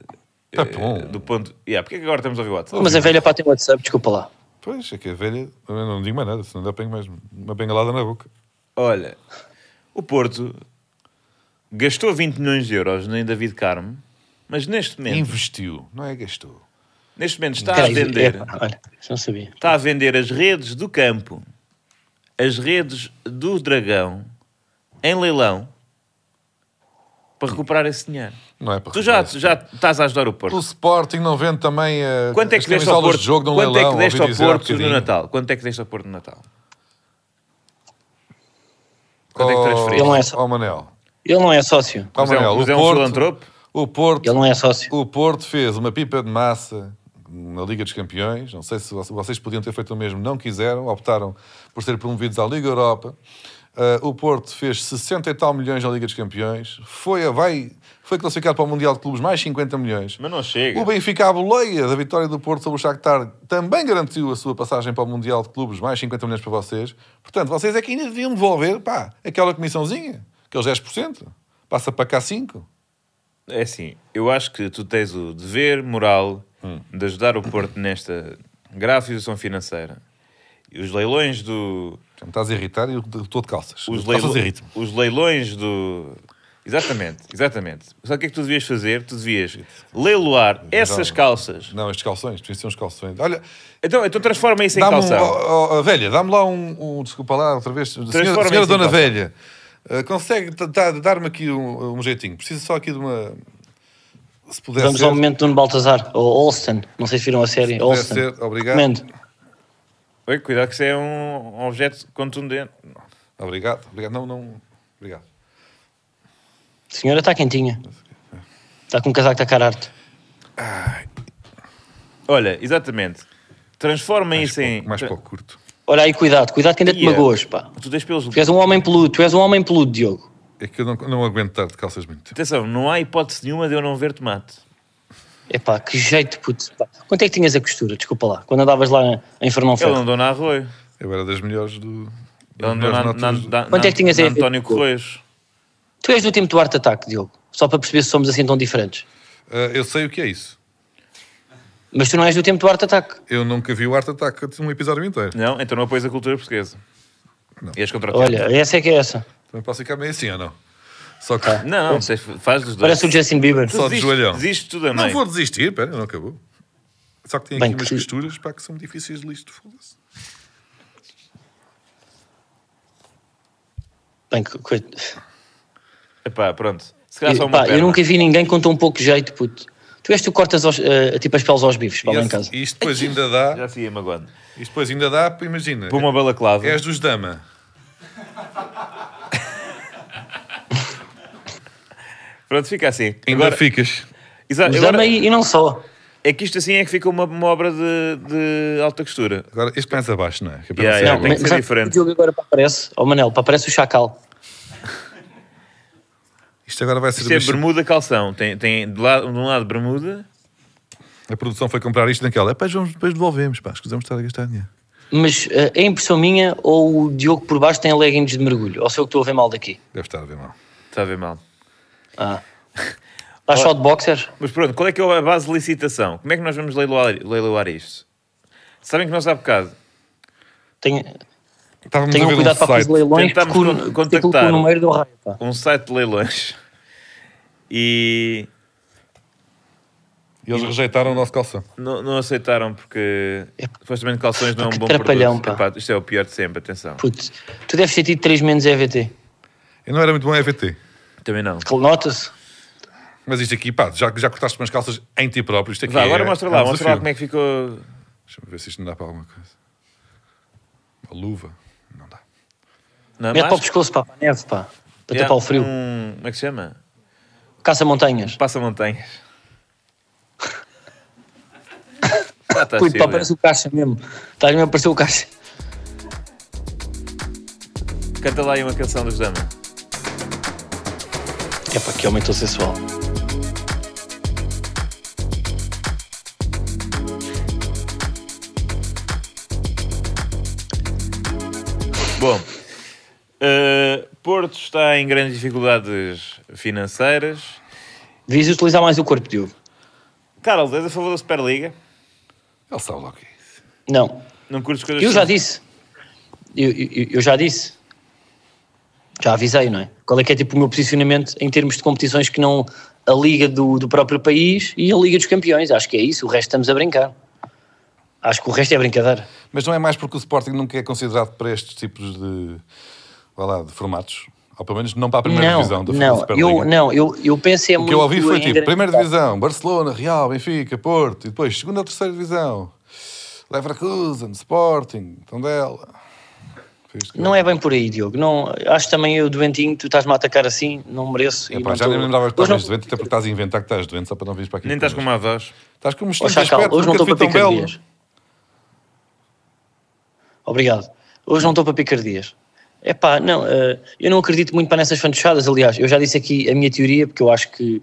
eh,
Tá bom.
Do ponto. Yeah, porque é que agora estamos a ouvir o WhatsApp?
Mas a velha pá tem WhatsApp, desculpa lá.
Pois, é que a velha, eu não digo mais nada, senão ainda apanho mais uma bengalada na boca.
Olha, o Porto gastou 20 milhões de euros em David Carmo, mas neste momento,
Investiu, não é gastou.
neste momento está a
Peraí,
vender.
epá, é, olha, isso não sabia.
Está a vender as redes do campo, as redes do dragão, em leilão, para recuperar esse dinheiro.
Não é para
Tu já,
recuperar esse
já estás a ajudar o Porto.
O Sporting não vende também a
Quanto é que deste ao Porto,
de jogo de um
quanto é
leilão,
que deste ao
ouvi dizer há
Porto no
bocadinho.
Natal? Quanto é que deste ao Porto no Natal? Quanto é que
Oh,
transferiste?
Ele não é só-
oh, Manel.
Ele não é sócio.
Oh,
Mas é um-
Manel,
mas é um filantropo?
o Porto,
Ele não é sócio.
o Porto fez uma pipa de massa na Liga dos Campeões. Não sei se voc- vocês podiam ter feito o mesmo, não quiseram, optaram por ser promovidos à Liga Europa. Ah, o Porto fez 60 e tal milhões na Liga dos Campeões. Foi, a- vai, foi classificado para o Mundial de Clubes mais 50 milhões.
Mas não chega.
O Benfica à boleia da vitória do Porto sobre o Shakhtar também garantiu a sua passagem para o Mundial de Clubes, mais 50 milhões para vocês. Portanto, vocês é que ainda deviam devolver, pá, aquela comissãozinha, aqueles 10%. Passa para cá 5.
É assim, eu acho que tu tens o dever moral
Hum.
de ajudar o Porto nesta grave situação financeira. E os leilões do.
Já me estás a irritar e eu estou de calças.
Os,
calças
leilo-
irritam.
os leilões do. Exatamente, exatamente. Sabe o que é que tu devias fazer? Tu devias leiloar essas calças.
Não, estes calções, deviam ser uns calções. Olha,
Então, então transforma isso em
dá-me um,
calção.
ó, ó, velha, dá-me lá um, um- Desculpa lá, outra vez. Senhora,
Transforma
senhora
isso em
Dona
calção.
Velha, eh, consegue ta- ta- dar-me aqui um, um jeitinho? Preciso só aqui de uma. Se puder
Vamos
ser,
ao momento do Nuno Baltazar, ou Olsen, não sei se viram a série.
puder
Olsen.
ser, obrigado.
Recomendo.
Oi, cuidado que isso é um objeto contundente.
Obrigado, obrigado. Não, não. Obrigado.
A senhora está quentinha. Está com um casaco da Cararte.
Olha, exatamente. Transforma isso em.
Pouco, mais pouco curto.
Olha aí, cuidado, cuidado que ainda te
Ia.
magoas, pá.
Tu tens pelos.
Tu és um homem peludo, tu és um homem peludo, Diogo.
É que eu não, não aguento estar de calças muito tempo.
Atenção, não há hipótese nenhuma de eu não ver tomate.
Epá, que jeito, puto. pá. Quanto é que tinhas a costura, desculpa lá, quando andavas lá em Fernão
Ele
Ferro?
andou na Arroio.
Eu era das melhores do.
Ele
das
andou na,
melhores
na,
notas do-
na,
Quanto é que tinhas
na
aí?
António Correios.
Tu és do time do Arte Ataque, Diogo, só para perceber se somos assim tão diferentes.
Ah, eu sei o que é isso.
Mas tu não és do time do Arte Ataque.
Eu nunca vi o Art Attack de um episódio inteiro.
Não, então não apoias a cultura portuguesa.
Não.
E as contratar.
Olha, essa é que é essa.
Também posso ficar meio assim ou não? Só que.
Ah.
Não, não, sei, faz dos dois.
Parece um o Justin Bieber.
Tu
Só de
desiste-
joelhão.
Desiste tudo a
Não
mãe.
vou desistir, pera, não acabou. Só que tem aqui
Bem,
umas
que-
costuras pá, que são difíceis de listo, foda-se.
Bem, que coit-
Epá, pronto. Se calhar só
eu,
uma
pá, eu
perna.
nunca vi ninguém com tão pouco jeito, puto. Tu és tu que cortas aos, eh, tipo as peles aos bifes, para lá em
E
casa.
esse- isto depois ainda dá,
Já se ia magoando.
isto depois ainda dá, pá, imagina.
Por uma balaclava.
És dos dama.
Pronto, fica assim.
Ainda
Agora,
ficas.
Exato,
Os
assim. agora,
dama e, e não só.
É que isto assim é que fica uma, uma obra de, de alta costura.
Agora, isto começa abaixo, não é? Que é para não
Yeah,
ser
yeah,
igual.
tem que ser
sabe
diferente.
O jogo agora para aparece, oh Manel, para aparece o Chacal.
Isto agora vai ser.
Isto é
mexido.
bermuda calção. Tem, tem de, lado, de um lado bermuda.
A produção foi comprar isto naquela. É, pá, vamos, depois devolvemos, pá, escusamos de estar a gastar dinheiro.
Mas eh, é impressão minha ou o Diogo por baixo tem leggings de mergulho? Ou sou eu que estou a ver mal daqui?
Deve estar a ver mal.
Está a ver mal.
Ah. Estás só de boxers?
Mas pronto, qual é que é a base de licitação? Como é que nós vamos leiloar, leiloar isto? Sabem que nós há bocado
Tenho-
Estávamos a
Tenham
ver
cuidado
um
para
site.
fazer leilões
Tentámos
porque
con-
o- porque aquilo com
contactar.
o número do raio. Pá.
um site de leilões e
E eles rejeitaram o nosso calção.
não, não aceitaram porque supostamente calções não é um
Que
bom
trapalhão,
produto.
pá.
Epá, isto é o pior de sempre, atenção.
Putz, tu deves ter tido 3 menos EVT.
Eu não era muito bom EVT.
Também não.
Que Nota-se.
Mas isto aqui, pá, já, já cortaste umas calças em ti próprio. Isto aqui
Vá,
é,
agora mostra lá,
é um
mostra lá
desafio.
como é que ficou.
Deixa-me ver se isto não dá para alguma coisa. Uma luva? Não dá.
Não, é
Mete para o pescoço, pá, para a neve, pá. Para tapar o frio.
Um, como é que se chama?
Caça-montanhas.
Passa-montanhas. Ah, tá
Puto, pá,
chill,
parece o caixa mesmo. Estás mesmo a parecer o caixa.
é. Canta lá aí uma canção dos Dama.
É para que homem tão sensual.
Bom, eh, Porto está em grandes dificuldades financeiras.
Devias utilizar mais o corpo, Diogo.
Carlos, és a favor da Superliga?
Ele sabe lá o que é isso.
Não.
Não curtes coisas
Eu já
simples?
disse. Eu, eu- eu já disse. Já avisei, não é? Qual é que é tipo o meu posicionamento em termos de competições que não a Liga do, do próprio país e a Liga dos Campeões? Acho que é isso. O resto estamos a brincar. Acho que o resto é brincadeira.
Mas não é mais porque o Sporting nunca é considerado para estes tipos de, vá lá, de formatos. Ou pelo menos não para a primeira
não,
divisão da da
não,
Superliga.
eu, não, eu, eu penso é
O
muito.
que eu ouvi foi
em
tipo,
grande-
primeira divisão, Barcelona, Real, Benfica, Porto, e depois segunda ou terceira divisão, Leverkusen, Sporting, Tondela. Foi isto que eu-
Não é bem por aí, Diogo. Não, acho também eu doentinho, tu estás-me a atacar assim, não mereço. e
Epá,
não
já
tô-
nem me lembrava que
Hoje não-
estavas doente, até porque estás a inventar que estás doente só para não vires para aqui.
Nem estás com uma voz.
Estás com um
Ó
mochilho de
Chacal,
aspecto,
hoje não
nunca
estou
te vi tão
para
belo.
picardias. Obrigado. Hoje não estou para picardias. É pá, não, eh, eu não acredito muito para nessas fantochadas, aliás, eu já disse aqui a minha teoria, porque eu acho que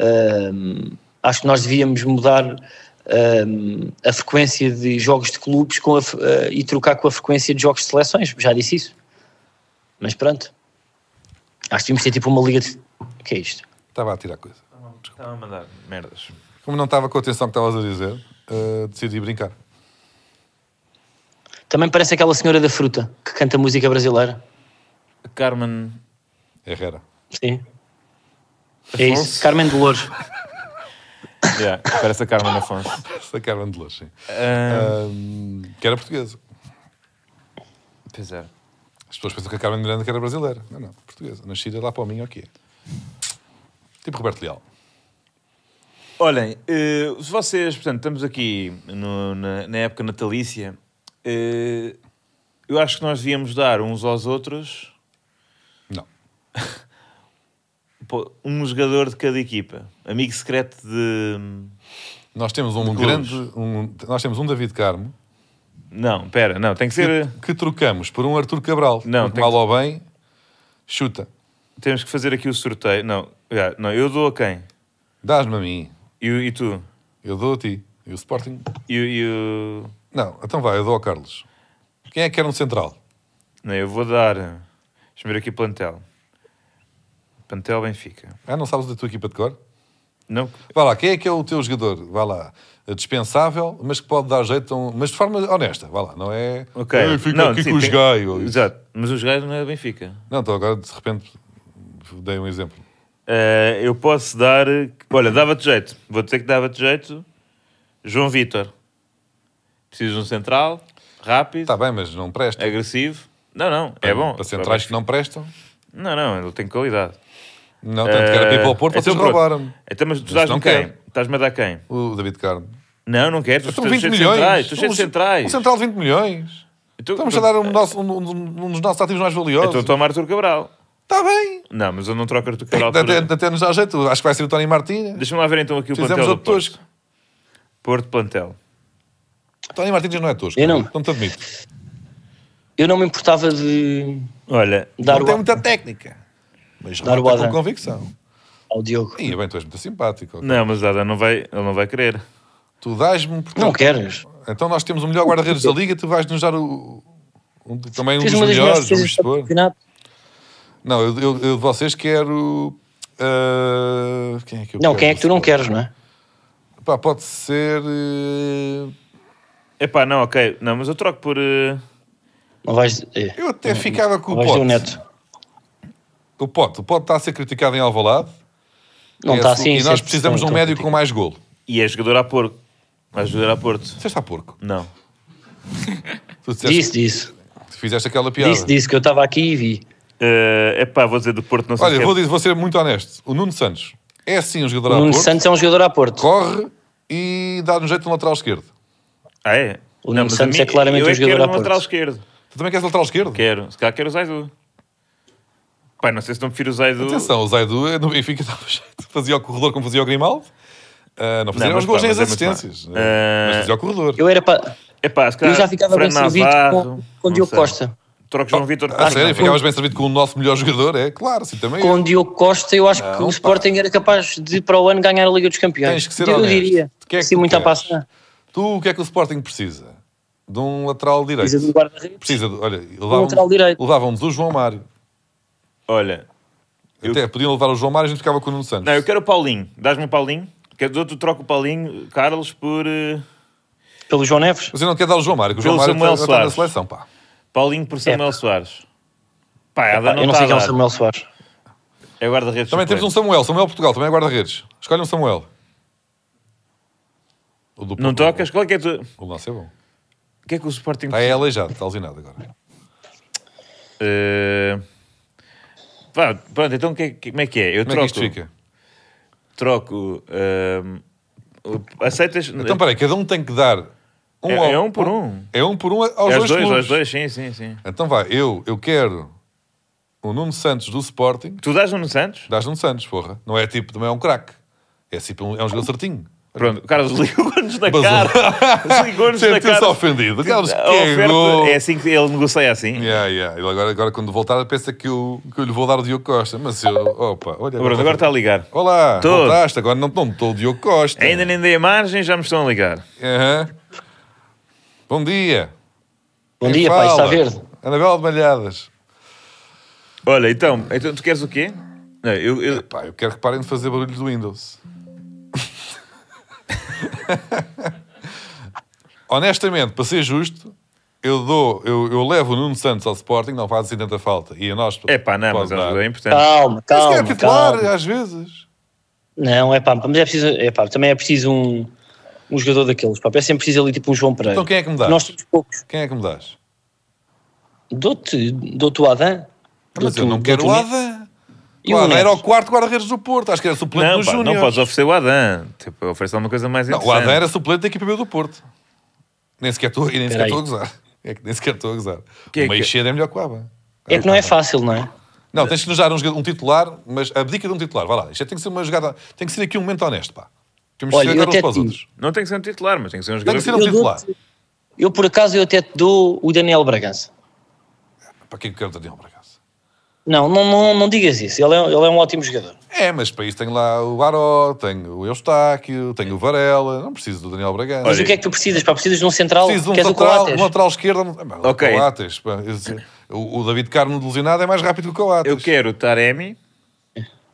ehm, acho que nós devíamos mudar ehm, a frequência de jogos de clubes com a f- eh, e trocar com a frequência de jogos de seleções, já disse isso. Mas pronto. Acho que devíamos ter tipo uma liga de... O que é isto?
Estava a tirar coisa.
Estava a mandar merdas.
Como não estava com a atenção que estavas a dizer, eh, decidi brincar.
Também parece aquela senhora da fruta que canta música brasileira.
Carmen.
Herrera.
Sim. É isso. Carmen Dolores.
Yeah, parece a Carmen Afonso.
Sacaram de luz, sim.
Ah,
Ahm, que era portuguesa.
pois é.
As pessoas pensam que a Carmen Miranda que era brasileira. Não, não, portuguesa. Nascida lá para o Minho, ou o que é? Tipo Roberto Leal.
Olhem, eh, se vocês, portanto, estamos aqui no- na, na época natalícia, eh, eu acho que nós devíamos dar uns aos outros
Não.
pô, um jogador de cada equipa. Amigo secreto de.
Nós temos um
clubes.
grande. um- nós temos um David Carmo
Não, pera, não, tem que ser.
que, que trocamos por um Arthur Cabral.
Não,
Porque
tem
mal
que-
ou bem, chuta.
Temos que fazer aqui o sorteio. Não, já, não eu dou a quem?
Dás-me a mim.
E, o- e tu?
Eu dou a ti. E o Sporting.
E, o- e o.
Não, então vai, eu dou ao Carlos. Quem é que era um central?
Não, eu vou dar. Deixa-me ver aqui plantel. Plantel Benfica.
Ah, não sabes da tua equipa de cor?
Não,
Vá lá, quem é que é o teu jogador? Vá lá, dispensável, mas que pode dar jeito, a um- mas de forma honesta, vá lá, não é.
ok.
"Ei, Fica
não,
aqui
sim,
com os
tem-
gaios.
Exato, mas os gajos não é Benfica.
Não, então agora de repente dei um exemplo.
Eh, eu posso dar. Olha, dava-te jeito. Vou dizer que dava-te jeito. João Vitor. Preciso de um central, rápido,
Está bem, mas não presta.
agressivo. Não, não, é bom.
Tá. Para centrais que não prestam,
Não, não, ele tem qualidade.
não, tanto que era para ir para o Porto, um
Eh,
vocês
então pronto.
roubaram
Então, mas tu
Mas
estás-me
não
quem?
quero.
Estás-me a dar quem?
o David Carmo.
Não, não quero. Tu
Estão
estás
20
cheio de
milhões.
centrais. Tu cheio de
Um-
centrais.
Um central de 20 milhões.
Então-
Estamos a dar um, nosso- um- um- um dos nossos ativos mais valiosos.
Então toma Arthur Cabral.
Está bem.
Não, mas eu não troco
Então,
Arthur Cabral. por-
Até, até nos dá jeito. Acho que vai ser o Tony Martins.
Deixa-me lá ver então aqui o
Fizemos
plantel do
outro
Porto.
tosco.
Porto Plantel.
Tony Martins não é tosco.
Eu não.
Não te admito.
Eu não me importava de
Olha,
dar
não
o
tem muita técnica. Mas
Dar o
remata com
Adam.
convicção.
ao Diogo.
Ia bem, tu és muito simpático. ok.
não, mas Adam não vai, ele não vai querer.
Tu dás-me...
Não
portanto,
queres?
Então nós temos o melhor guarda-redes da liga, tu vais-nos dar o, um- também um
Fiz
dos
uma das melhores
melhores, vamos
coisas do
expor.
campeonato.
Não, eu, eu- eu de vocês quero... ah, quem é que eu
Não,
quero
quem é que tu não queres, não é?
Pá, pode ser... eh,
Epá, não, ok. Não, mas eu troco por. eh,
Não vais. é.
Eu até ficava com
Não
o
vais
Pote.
ter o Neto.
O Pote. O Pote está a ser criticado em Alvalade.
Não
É
está
a su-
assim.
E nós precisamos de um médio com mais golo.
E é jogador a Porto. Mas jogador a Porto.
Você está porco.
Não.
Tu disseste-
Disse, disse.
fizeste aquela piada.
Disse, disse que eu estava aqui e vi.
Eh, epá, vou dizer do Porto, não sei
Olha,
se
vou,
é.
dizer, vou ser muito honesto. O Nuno Santos é sim um
O
jogador à
Nuno
Porto,
Santos é um jogador à Porto.
corre e dá-nos jeito no lateral esquerdo.
Ah, é?
O Nuno
mas a
Santos
mim-
é claramente
eu
um
é que
jogador
quero
a
um
Porto.
lateral esquerdo.
Tu também queres lateral esquerdo?
Quero. Se calhar quero o Zaidu. Pá, não sei se não prefiro o Zaidu.
Atenção, o Zaidu eh, no Benfica dava jeito. Fazia o corredor como fazia o Grimaldo. Ah, não fazia
Não,
os
mas
gols
pá,
nem as
mas é muito
assistências.
má.
eh, Mas
Eh,
fazia o corredor.
Eu era para.
Epá, se
Eu
calhar
já ficava
Fran
bem servido
Navarro,
com, com
não
Diogo
sei.
Costa.
Trocas João Vitor
Ah, A sério,
Costa.
ficavas bem servido com o nosso melhor jogador, é claro, assim também.
Com
eu.
Diogo Costa, eu acho que o Sporting era capaz de, para o ano, ganhar a Liga dos Campeões.
Tens que ser
eu
honesto.
diria.
Quem é que
Sim,
tu
muito à
queres?
passa.
Tu, o que é que o Sporting precisa? De um lateral direito.
Precisa de um guarda-redes.
Precisa de- olha,
lateral
levávamos,
direito.
levávamos o João Mário.
Olha, Eu-
Até podiam levar o João Mário e a gente ficava com o Nuno Santos.
não, eu quero o Paulinho. Dás-me o Paulinho. Quero, tu troco o Paulinho, Carlos, por. eh,
Pelo João Neves.
Mas eu não quero dar o João Mário, que o João
Pelo
Mário
Samuel
está, já está na
Soares.
seleção, pá.
Paulinho por Samuel Soares. Pá, a
Pá,
Ada não
É. eu não
tá
sei quem é
a
o
dar.
Samuel Soares.
É guarda-redes.
Também temos um
suplente.
Samuel, Samuel Portugal, também é guarda-redes. Escolhe um Samuel. O do
Não tocas? Qual é que é tu?
O nosso é bom.
O que é que o Sporting
Está aí aleijado, está alzinado agora.
Eh, pá, pronto, então que- que- como é que é? Eu
Como é que
troco.
isto fica?
Troco. ehm, o- aceitas.
Então, peraí, cada um tem que dar um
É-
ao-
é um por um.
É um por um aos
aos
dois,
dois,
clubes.
aos dois, sim, sim, sim.
Então vai, eu, eu quero o Nuno Santos do Sporting,
Tu dás Nuno Santos?
dás Nuno Santos, porra. Não é tipo, também é um craque. É tipo, um- é um jogador certinho.
Pronto, o Carlos ligou-nos na
Basou.
cara. Ligou-nos na
Sentiu-se
cara.
ofendido.
A
Carlos,
oferta
cagou.
é assim que ele negocia assim.
Yeah, yeah. Ele agora, agora, quando voltar, pensa que eu, que eu lhe vou dar o Diogo Costa. Mas eu. Opa, olha.
Pronto, agora tá está a ligar.
Olá,
Tô.
voltaste. Agora não não estou o Diogo Costa.
Ainda nem dei a margem, já me estão a ligar.
Aham. Bom dia.
Bom
Quem
dia, pá, isso está
fala?
verde.
Anabela de Malhadas.
Olha, então, então tu queres o quê? Não, eu, eu-
Pá, eu quero que parem de fazer barulho do Windows. Honestamente, para ser justo, eu dou, eu, eu levo o Nuno Santos ao Sporting, não faz assim tanta falta. E a nós.
É pá, não,
pode
mas é um
dar.
jogador importante.
Calma,
Mas que é
calma,
titular,
calma.
às vezes.
Não, é pá, mas é preciso, é pá, também é preciso um, um jogador daqueles, pá. É sempre preciso ali tipo um João Pereira.
Então quem é que me dá?
Nós temos poucos.
Quem é que me dás?
Dou-te, dou-te o Adam.
Mas
dou-te
eu
o-
não quero o
dou-te o Neto.
Adam.
E
O
o
Adam
Neto?
era o quarto guarda-redes do Porto. Acho que era suplente
Não,
do
pá,
Júnior.
não podes oferecer o Adam. Tipo, oferece alguma coisa mais
Não, o
interessante.
Adam era suplente da equipa B do Porto. Nem sequer estou e nem sequer
Peraí.
estou a gozar. É que nem sequer estou a gozar.
Que é
o meio
que-
cedo é melhor que o Aba.
É que não é fácil, não é?
Não, tens que nos dar um, jogador- um titular, mas abdica de um titular. Vai lá, isto tem que ser uma jogada. Tem que ser aqui um momento honesto, pá. Temos que
Olha,
ser
eu
agora uns
até
para os
te-
outros.
Não tem que ser um titular, mas tem que ser um
Tem
jogador.
que ser
que-
um
Eu
titular.
dou-te- Eu, por acaso, eu até te dou o Daniel Bragança.
Para que é que eu quero o Daniel para casa?
Não, não, não, não digas isso. Ele é, ele é um ótimo jogador.
É, mas para isso tenho lá o Baró, tenho o Eustáquio, tenho o Varela. Não preciso do Daniel Bragança.
Mas
Olha,
o que é que tu precisas? Pá, precisas de um central?
Preciso de um
Queres o
lateral,
Coates?
um lateral esquerdo. Ah, pá, o
Ok.
Coates, pá, esse- o, o David Carmo delusionado é mais rápido que o Coates.
Eu quero o Taremi.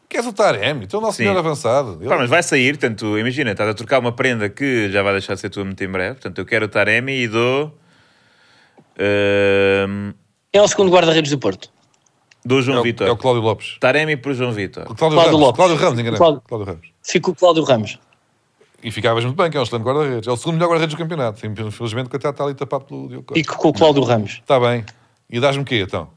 Queres o Taremi? Então o nosso
Sim.
senhor avançado. Ele-
Pá, mas vai sair, portanto, imagina, estás a trocar uma prenda que já vai deixar de ser tua muito em breve. Portanto, eu quero o Taremi e dou. ehm,
Quem é o segundo guarda-redes do Porto?
dou João
é, o-
Vitor.
é o Cláudio Lopes.
Taremi por João Vitor.
O Cláudio,
Cláudio
Ramos.
Lopes.
Cláudio Ramos, enganei. Cláudio.
Cláudio.
Ramos.
Fica o Cláudio Ramos.
E ficavas muito bem, que é um excelente guarda-redes. É o segundo melhor guarda-redes do campeonato. Infelizmente, que até está ali tapado pelo Diogo Costa.
Fico com o Cláudio Ramos.
Está bem. E dás-me o quê, então?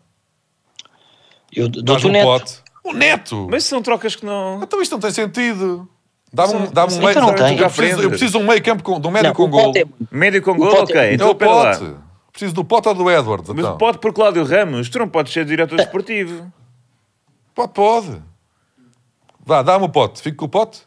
Eu dou-te
Dás-me
o
um
Neto.
pote. O Neto!
Mas são trocas que não.
Então isto não tem sentido. Dá-me um, dá-me um
Então
meio
não tem.
eu, preciso, eu preciso de um meio campo com, de um médio
Não,
com
o Pote
gol.
é muito.
Médio com
O
gol,
Pote-
ok.
É o
Então, pera lá.
pote. Preciso do pote ou do Edwards,
Mas
então.
pode por Cláudio Ramos, tu não podes ser diretor
É.
desportivo.
Pode, pode. Vá, dá-me o pote. Fico com o pote.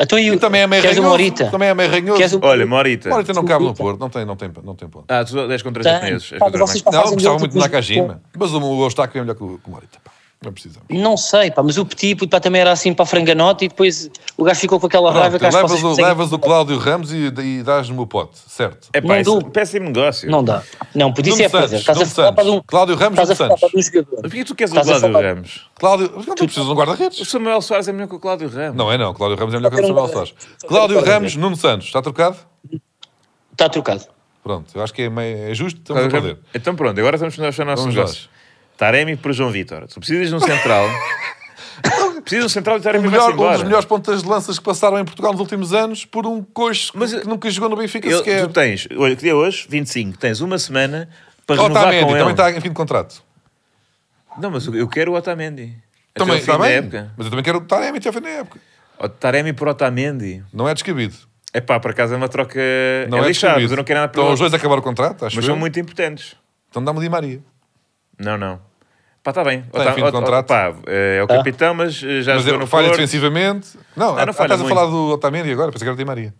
Então, e,
E
o-
também é meio
queres uma
ranhoso.
horita?
Também é meio ranhoso.
Queres um-
Olha, Morita.
Morita não
Sim,
cabe no
Morita.
Porto, não tem, não tem, não tem ponto.
Ah, tu és contra
Tem.
japoneses. És
Pá,
contra
vocês
Jamaica.
Não,
fazem
gostava
outro
muito de
custo.
Nakajima. Mas o Ostak é melhor que o que o Morita. pá. Não precisamos.
Não sei, pá, mas o Petit puto, pá, também era assim para a franganote e depois o gajo ficou com aquela
Pronto,
raiva que acho que
levas,
vocês
o,
conseguem-
levas o Cláudio Ramos e, e dás-me o pote, certo?
É pá,
Não
isso é
dou.
um péssimo negócio.
Não dá. Não, podia
Nuno
ser fazer.
Santos,
Estás a
Nuno
falar para de um.
Santos. Cláudio Ramos,
Estás a
Nuno
falar para de um
Mas
jogador.
porquê tu queres o
Estás a
Cláudio
falar-
Ramos?
Cláudio, não precisas de um
O
guarda-redes.
Samuel Soares é melhor que o Cláudio Ramos.
Não é não, Cláudio Ramos é melhor que o
Só quero um
Samuel Soares.
guarda-redes. Só
Cláudio
quero um
Ramos, Nuno Santos, está trocado?
Está trocado.
Pronto, eu acho que é, meio, é justo, estamos a
Cláudio
perder.
Ramos. Então pronto, agora estamos a achar nossos
Vamos
negócios. Taremi por João Vitor. Tu precisas de um central. precisas de um central e
O
Taremi
melhor-
vai
um
embora.
dos melhores pontas de lanças que passaram em Portugal nos últimos anos por um coxo que-
Mas-
que nunca jogou no Benfica
Ele-
sequer.
tu tens, olha, que dia é hoje? 25. Tens uma semana para renovar
Otamendi
com ele.
também tá está em fim de contrato.
Não, mas eu quero o Otamendi. Até
Também
o fim
está
da
bem.
época.
Mas eu também quero o Taremi até ao fim da época.
O Taremi por Otamendi.
Não é descabido.
É pá, por acaso é uma troca.
Não
é,
é,
lixado,
descabido.
mas eu não quero nada para
Então
ele.
os dois acabaram o contrato, acho
Mas
eu.
são muito importantes.
Então dá-me o Di Maria.
Não, não. Pá, está bem.
Tem
Ota-
fim de
Ota-
contrato.
pá, é o
Tá.
capitão, mas eh, já
Mas
jogou
ele
no
falha
Porto.
defensivamente. Não,
Ah, não
ah,
falha
estás a
muito.
falar do Otamendi agora, pensei que era o Di Maria.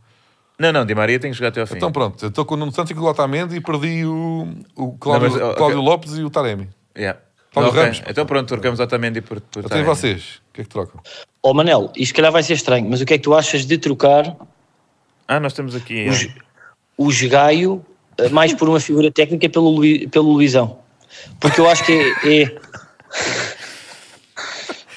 Não, não, Di Maria tem que jogar até ao fim.
Então pronto, eu estou com o Nuno Santos e com o Otamendi e perdi o, o Cláudio,
Não, mas, ó,
Cláudio
ok.
Lopes e o Taremi.
Yeah.
Paulo
Ok,
Ramos.
Então pronto, trocamos Otamendi por, por
Até
Taremi.
vocês, o que é que trocam?
Ó Oh, Manel, isto se calhar vai ser estranho, mas o que é que tu achas de trocar
Ah, nós estamos aqui.
o
é.
G- o Gaio mais por uma figura técnica pelo, Lui- pelo Luizão? Porque eu acho que é. é-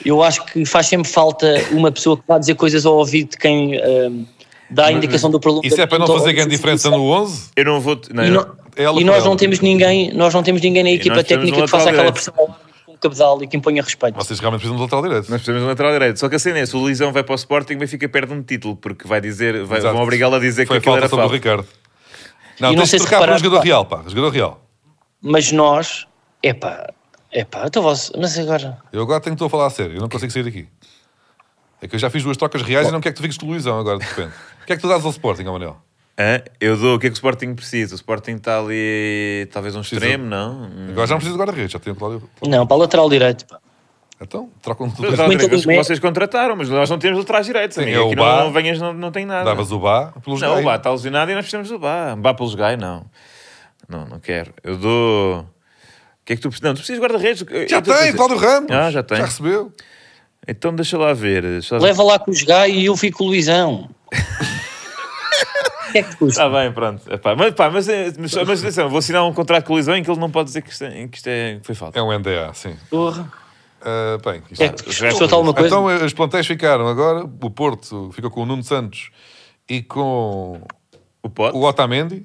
Eu acho que faz sempre falta uma pessoa que vá dizer coisas ao ouvido de quem ahm, dá a indicação do problema.
Isso é para não
Então,
fazer grande diferença no 11?
Eu não vou. te- Não,
E,
eu
não-
não-
é ela
e
por
nós
ela.
não temos ninguém, nós não temos ninguém na equipa
nós temos
técnica
um
que faça
lateral
aquela
direito.
pressão ao árbitro com o cabedal e que imponha respeito.
Vocês realmente precisam de lateral direito.
Nós precisamos de um lateral direito. Só que a cena é: se o Luizão vai para o Sporting, o Benfica perde um título, porque vai dizer, vai,
Exato.
vão obrigá-lo a dizer
Foi
que aquilo
falta
era
sobre o
falta.
Ricardo. Não,
não
tens de
sei se
trocar para um
repararam,
jogador
pá.
real, pá. Jogador real.
Mas nós, epá, epá, então você, mas agora.
Eu agora tenho que estou a falar a sério, eu não consigo sair daqui. É que eu já fiz duas trocas reais e não quero que tu fiques com o Luizão agora, de repente. O que é que tu dás ao Sporting, ó Manel?
Hã? Eu dou o que é que o Sporting precisa. O Sporting está ali, talvez um extremo, não? Hum.
Agora já não preciso de guarda-redes, já tenho o Cláudio.
Não, para o lateral direito. Pá.
Então, trocam tudo.
Mas há
Muito
outras
bem.
que vocês contrataram, mas nós não temos laterais direitos.
Sim,
amigo.
é o
Aqui não,
Bá.
não venhas, não, não tem nada.
Davas o Bá pelos
Não,
Gaia.
o Bá está lesionado e nós precisamos do Bá. Bá pelos gai, não. Não, não quero. Eu dou. O que é que tu precisas? Não, tu precisas de guarda-redes. Eu-
Já
eu tô a
tem,
dizer-
Cláudio Ramos.
Ah, já tem.
Já recebeu.
Então deixa lá ver. Deixa lá ver.
Leva lá com os gajos e eu fico com o Luizão. O que é que te custa?
Está Tá bem, pronto. Epá, mas, pá, mas, eh, mas, mas atenção, vou assinar um contrato com o Lisão em que ele não pode dizer que isto, é- que isto é, que foi falta.
É um NDA, sim.
Porra.
Ah, bem,
O que
isto
é que te custou tal uma coisa?
Então eh, os plantéis ficaram agora. O Porto ficou com o Nuno Santos e com
O Pote?
o Otamendi.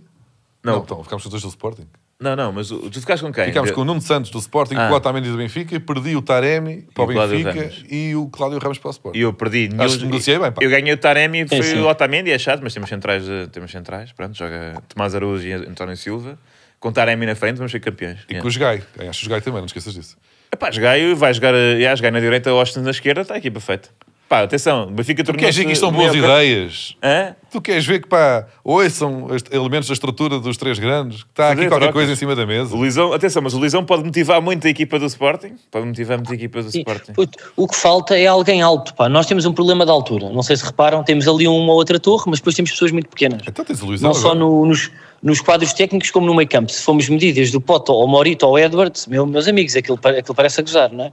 Não.
então, ficámos com os dois do Sporting.
Não, não, mas o- tu ficaste com quem?
Ficámos
De-
com o Nuno Santos do Sporting,
Ah.
com o Otamendi do Benfica, perdi o Taremi para o
o Cláudio
Benfica
Ramos.
e o Cláudio Ramos para o Sporting.
E eu perdi.
Acho que negociei bem, pá.
Eu ganhei o Taremi e foi
sim.
o Otamendi, é chato, mas temos centrais, eh, temos centrais, pronto, joga Tomás Araújo e António Silva. Com Taremi na frente, vamos ser campeões.
E
Yeah.
com os Gai. Acho os Gai também, não esqueças disso.
Epá, Gaio vai jogar, eh, já jogar na direita, Austin na esquerda, está a equipa feita. Pá, atenção, o Benfica
Tu queres ver que isto são boas ideias?
Hã?
Tu queres ver que, pá, ouçam os elementos da estrutura dos três grandes? Que está aqui
Fazer
qualquer
trocas.
coisa em cima da mesa?
O Lisão, atenção, mas o Lisão pode motivar muito a equipa do Sporting. Pode motivar muito a equipa do
Sim,
Sporting.
puto, o que falta é alguém alto. Pá. Nós temos um problema de altura. Não sei se reparam, temos ali uma ou outra torre, mas depois temos pessoas muito pequenas.
Então tens o Luizão
Não só
agora.
no- nos, nos quadros técnicos como no meio campo. Se formos medidas do Poto ao Morito ao Edwards, meu- meus amigos, aquilo, pa- aquilo parece a gozar, não é?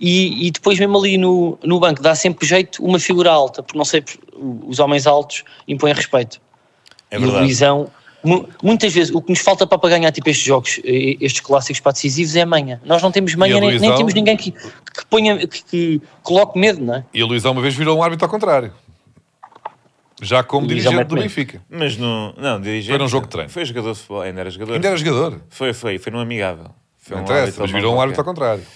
E, e depois mesmo ali no, no banco dá sempre jeito uma figura alta, porque não sei, por- os homens altos impõem respeito.
É
e o
verdade.
Luizão, mu- muitas vezes, o que nos falta para para ganhar tipo estes jogos, eh, estes clássicos para decisivos é manha. Nós não temos manha,
o
nem, nem
Luizão?
temos ninguém que, que ponha, que, que coloque medo, não é?
E o Luizão uma vez virou um árbitro ao contrário. Já como
Luizão
dirigente
mete
do
medo.
Benfica.
Mas no, não, dirigente.
Foi num jogo de treino.
Foi jogador de futebol, ainda era jogador.
Ainda era jogador.
Foi, foi, foi num amigável. Foi
Não
um
interessa,
árbitro
mas virou um
alemão
árbitro ao
qualquer.
contrário.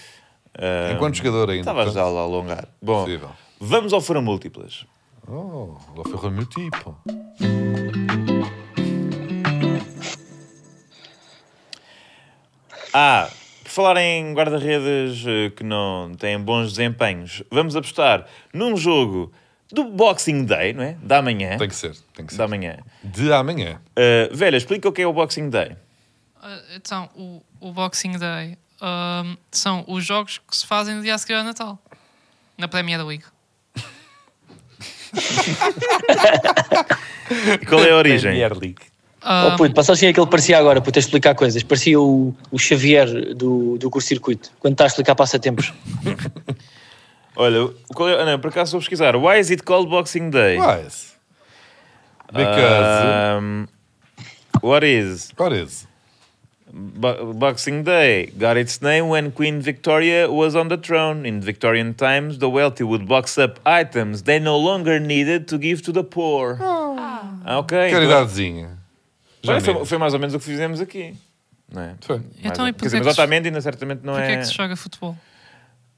Ah,
Enquanto jogador ainda.
Estava já
portanto.
lá a alongar. Bom,
Possível.
vamos ao Fora Múltiplas.
Oh, lá foi o meu tipo.
Ah, por falar em guarda-redes eh, que não têm bons desempenhos, vamos apostar num jogo do Boxing Day, não é? Da manhã.
Tem que ser, tem que ser.
Da manhã.
De amanhã.
Ah, velha, explica o que é o Boxing Day.
Ah, Então, o, o Boxing Day ahm, são os jogos que se fazem no dia a seguir ao Natal. Na Premier League.
E qual é a origem?
Premier League.
Ah,
Oh, puto, passaste assim aquele que parecia agora, puto, a explicar coisas. Parecia o, o Xavier do, do curso-circuito, quando está a explicar passatempos.
Olha, qual é- ah, não, por acaso vou pesquisar. Why is it called Boxing Day?
Wise. Because.
Um, what is
What is?
Bo- Boxing Day? Got its name when Queen Victoria was on the throne. In Victorian times, the wealthy would box up items they no longer needed to give to the poor.
Oh.
Ah, ok. então-
Caridadezinha.
Olha,
Janeiro.
foi, foi mais ou menos o que fizemos aqui. Não é?
Foi.
Mais
Então,
ou- quer
e porquê
dizer,
que
mas
se-
altamente ainda certamente não
Porquê
é.
é que se joga futebol?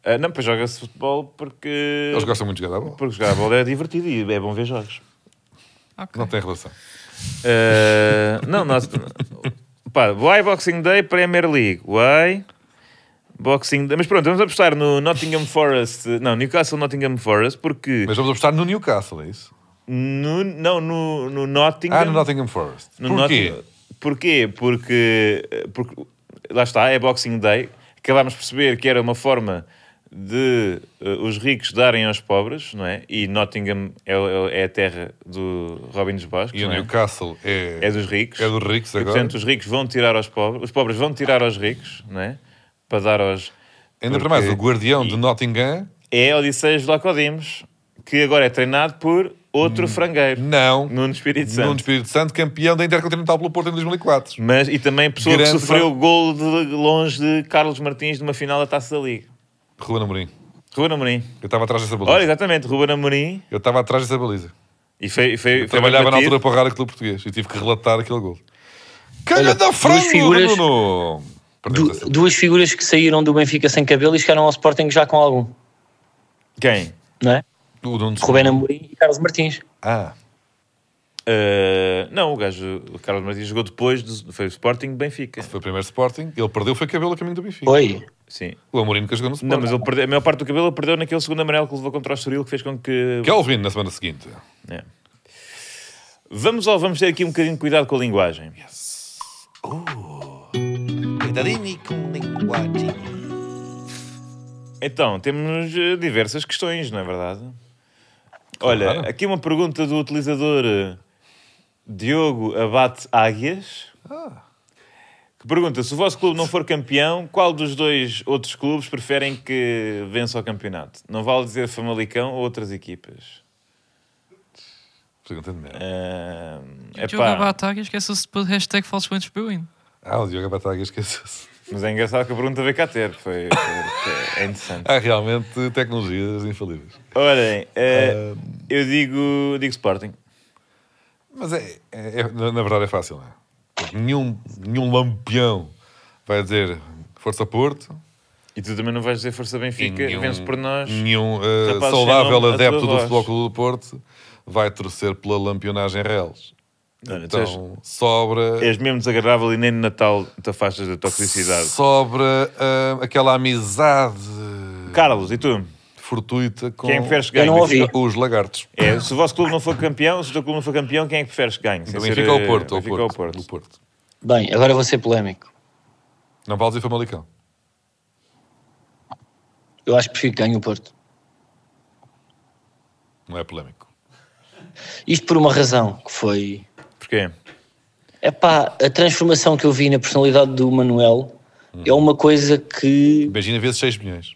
Ah, não, pois joga-se futebol porque.
Eles gostam muito de jogar à bola.
Porque jogar a bola é divertido e é bom ver jogos.
Ok.
Não tem relação.
Uh, não, nós. Pá, why Boxing Day Premier League? Why Boxing Day? Mas pronto, vamos apostar no Nottingham Forest. Não, Newcastle Nottingham Forest, porque.
Mas vamos apostar no Newcastle, é isso?
No, não, no, no Nottingham.
Ah, no Nottingham Forest.
no
Porquê?
Nottingham- Porquê? Porque, porque. Lá está, é Boxing Day. Acabámos de perceber que era uma forma de uh, os ricos darem aos pobres, não é? E Nottingham é, é a terra do Robin dos Bosques.
E o
não é?
Newcastle é,
É dos ricos.
é dos ricos
E,
agora.
portanto, os ricos vão tirar aos pobres, os pobres vão tirar aos ricos, não é? Para dar aos.
Ainda para
porque
mais, o guardião de Nottingham
É Odisseias de Lacodimos, que agora é treinado por outro frangueiro,
Hum, não.
Nuno Espírito Santo.
Nuno Espírito Santo, campeão da Intercontinental pelo Porto em 2004.
Mas, e também pessoa que
Grande
sofreu o
fra-
gol de longe de Carlos Martins numa final da Taça da Liga.
Ruben Amorim.
Ruben Amorim.
Eu estava atrás dessa baliza.
Olha, exatamente, Ruben Amorim.
Eu estava atrás dessa baliza.
E foi, foi, foi
Trabalhava
bem
na
batido.
altura para o Rádio Clube Português e tive que relatar aquele gol. Calha
Olha,
da
duas
frango,
figuras-
Nuno! Perdemos
Du-
essa.
duas figuras que saíram do Benfica sem cabelo e chegaram ao Sporting já com algum,
Quem?
não é?
O Nuno-
Rubén Amorim e Carlos Martins.
Ah,
Ah, não, o gajo, o Carlos Martins jogou depois, do, foi o Sporting Benfica.
Ah, foi o primeiro Sporting. Ele perdeu, foi cabelo a caminho do Benfica.
Oi,
Sim.
O Amorim nunca jogou no Sporting.
Não, mas ele perdeu- a maior parte do cabelo ele perdeu naquele segundo amarelo que levou contra o Estoril que fez com que...
Kelvin, na semana seguinte.
É. Vamos ao vamos ter aqui um bocadinho de cuidado com a linguagem.
Cuidadinho com linguadinho.
Então, temos eh, diversas questões, não é verdade? Olha, aqui uma pergunta do utilizador eh, Diogo Abate Águias. Que pergunta: se o vosso clube não for campeão, qual dos dois outros clubes preferem que vença o campeonato? Não vale dizer Famalicão ou outras equipas.
Pergunta de merda.
Ah,
Diogo
epá.
Abataga, esqueça-se de pôr hashtag falsos pontos para o hino.
Ah, o Diogo Abataga esqueceu-se.
Mas é engraçado que a pergunta veio cá ter. Foi, foi- é interessante.
Há realmente tecnologias infalíveis.
Olhem, eh, eu digo, digo Sporting.
Mas é, é- é- na na verdade é fácil, não é? Porque Nenhum, nenhum lampião vai dizer Força Porto.
E tu também não vais dizer Força
e
Benfica,
nenhum,
vence por nós.
Nenhum eh,
Rapazes, sem
saudável
nome, a
adepto
tua
do
voz.
Futebol Clube do Porto vai torcer pela lampionagem reles.
Olha, tu és-
Então sobra,
És mesmo desagradável e nem no Natal te afastas da toxicidade.
sobra eh, aquela amizade
Carlos, e tu?
fortuita com
Quem é que preferes que
Eu
ganhe?
não ouvi.
os lagartos.
É, se o vosso clube não for campeão, se o teu clube não for campeão, quem é que preferes que ganhe? Sem
Do
ser,
Benfica ao
eh,
Porto, ao
Benfica
Porto,
ou Porto.
Do Porto.
bem, agora vou ser polémico.
Não vale dizer Famalicão.
Eu acho que prefiro que ganhe o Porto.
Não é polémico.
Isto por uma razão, que foi...
Porquê?
É pá, a transformação que eu vi na personalidade do Manuel é uma coisa que
Imagina vezes 6 milhões.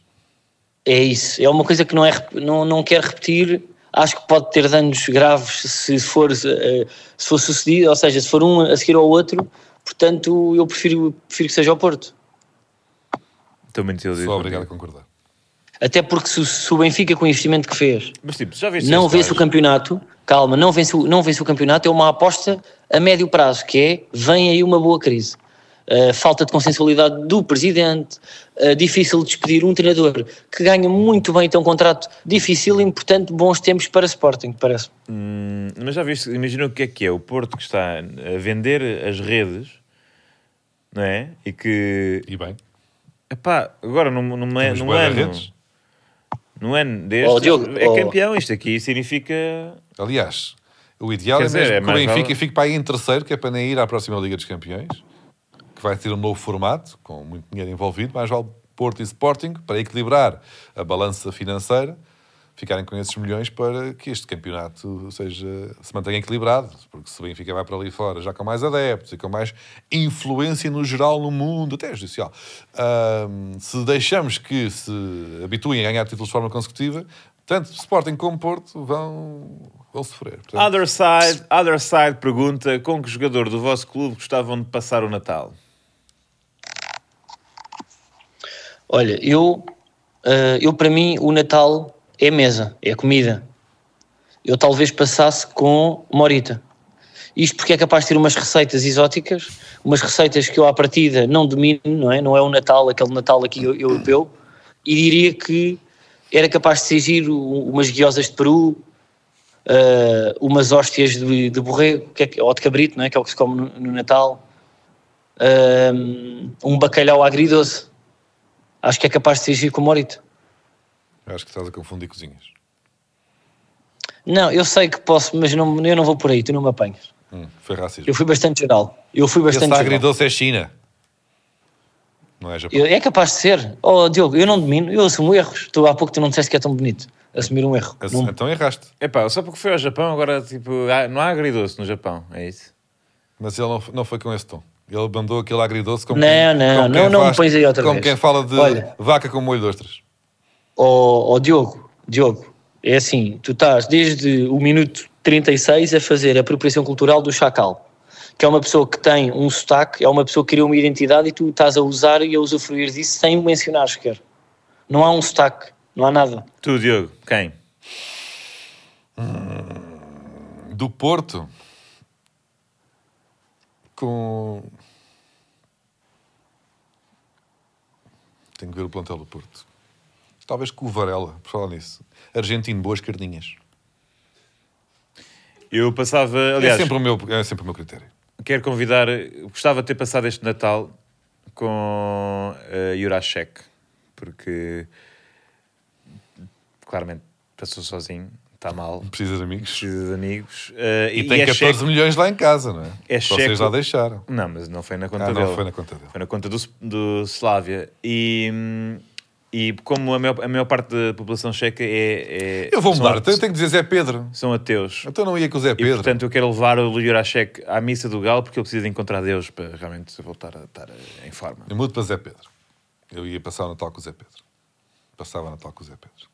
é isso, é uma coisa que não, é, rep- não, não quero repetir. Acho que pode ter danos graves se for, eh, se for sucedido, ou seja, se for um a seguir ao outro. Portanto, eu prefiro, prefiro que seja ao Porto.
Estou muito iludido.
Sou obrigado a
contigo.
concordar.
Até porque se, o- se o Benfica, com o investimento que fez,
Mas tipo, já viste
não
este
vence o
gajo?
campeonato, calma, não vence, o- não vence o campeonato, é uma aposta a médio prazo, que é, vem aí uma boa crise. Uh, falta de consensualidade do presidente, uh, difícil de despedir um treinador que ganha muito bem, tem um contrato difícil e, portanto, bons tempos para Sporting, parece.
Hum, Mas já viste, imagina o que é que é o Porto que está a vender as redes, não é? E que
E bem.
Epá, agora num, numa,
Temos
É, num
bué de
ano.
redes.
Num ano deste
Oh, Diogo,
é
oh.
campeão. Isto aqui significa.
Aliás, o ideal
Quer
é
dizer,
mesmo
é
que o
mais
Benfica
vale-
fique para aí em terceiro, que é para nem ir à próxima Liga dos Campeões, que vai ter um novo formato, com muito dinheiro envolvido, mais vale Porto e Sporting, para equilibrar a balança financeira, ficarem com esses milhões para que este campeonato seja, se mantenha equilibrado, porque se o Benfica vai para ali fora já com mais adeptos e com mais influência no geral no mundo, até judicial, ahm, se deixamos que se habituem a ganhar títulos de forma consecutiva, tanto Sporting como Porto vão, vão sofrer. Portanto,
Other side, other side pergunta com que jogador do vosso clube gostavam de passar o Natal?
Olha, eu, ah, eu para mim o Natal é mesa, é comida. Eu talvez passasse com Morita. Isto porque é capaz de ter umas receitas exóticas, umas receitas que eu à partida não domino, não é? Não é o Natal, aquele Natal aqui eu- europeu, e diria que era capaz de exigir umas guiosas de Peru, ah, umas hóstias de, de borrego, que é que- ou de cabrito, não é? Que é o que se come no, no Natal, Ah, um bacalhau agridoce. Acho que é capaz de exigir com Morita.
eu acho que estás a confundir cozinhas.
Não, eu sei que posso, mas não, eu não vou por aí, tu não me apanhas.
Hum, foi racismo.
Eu fui bastante geral. Eu fui
Esse
bastante geral.
agridoce é China. Não é Japão.
Eu- é capaz de ser. Oh, Diogo, eu não domino, eu assumo erros. Tu há pouco tu não disseste que é tão bonito. Assumir um erro.
Esse-
Não-
Então erraste.
Epá, só porque foi ao Japão, agora tipo, ah, não há agridoce no Japão, é isso?
Mas ele não, f- não foi com esse tom. Ele mandou aquele agridoce como
Não,
quem-
não,
como
não,
quem
não me
faz-
pões aí outra
Como
vez.
quem fala de
Olha.
vaca com molho de ostras.
Oh, oh, Diogo, Diogo, é assim, tu estás desde o minuto 36 a fazer a apropriação cultural do chacal, que é uma pessoa que tem um sotaque, é uma pessoa que criou uma identidade e tu estás a usar e a usufruir disso sem mencionar sequer. Não há um sotaque, não há nada.
Tu, Diogo, quem?
Do Porto com. Tenho que ver o plantel do Porto. Talvez com o Varela, por falar nisso. Argentino, boas carninhas.
Eu passava, aliás,
é, sempre o meu, é sempre o meu critério.
quero convidar, gostava de ter passado este Natal com uh, Jurasek, porque claramente passou sozinho, está mal,
Precisa de amigos.
precisa de amigos. eh,
E, tem
é
14
checo-
milhões lá em casa, não é?
É
Que Vocês
checo-
lá deixaram.
Não, mas não foi na conta
Ah,
dele.
não, foi na conta dele.
Foi na conta do, do Slávia. E, hum, e como a maior, a maior parte da população checa é. é-
Eu vou
são
mudar,
a-
então eu tenho que dizer Zé Pedro.
São ateus.
Então não ia com o Zé
E
Pedro.
portanto eu quero levar o Jurasek à missa do Galo porque ele precisa de encontrar Deus para realmente voltar a estar eh, em forma.
Eu mudo para Zé Pedro. Eu ia passar o Natal com o Zé Pedro. Passava o Natal com o Zé Pedro.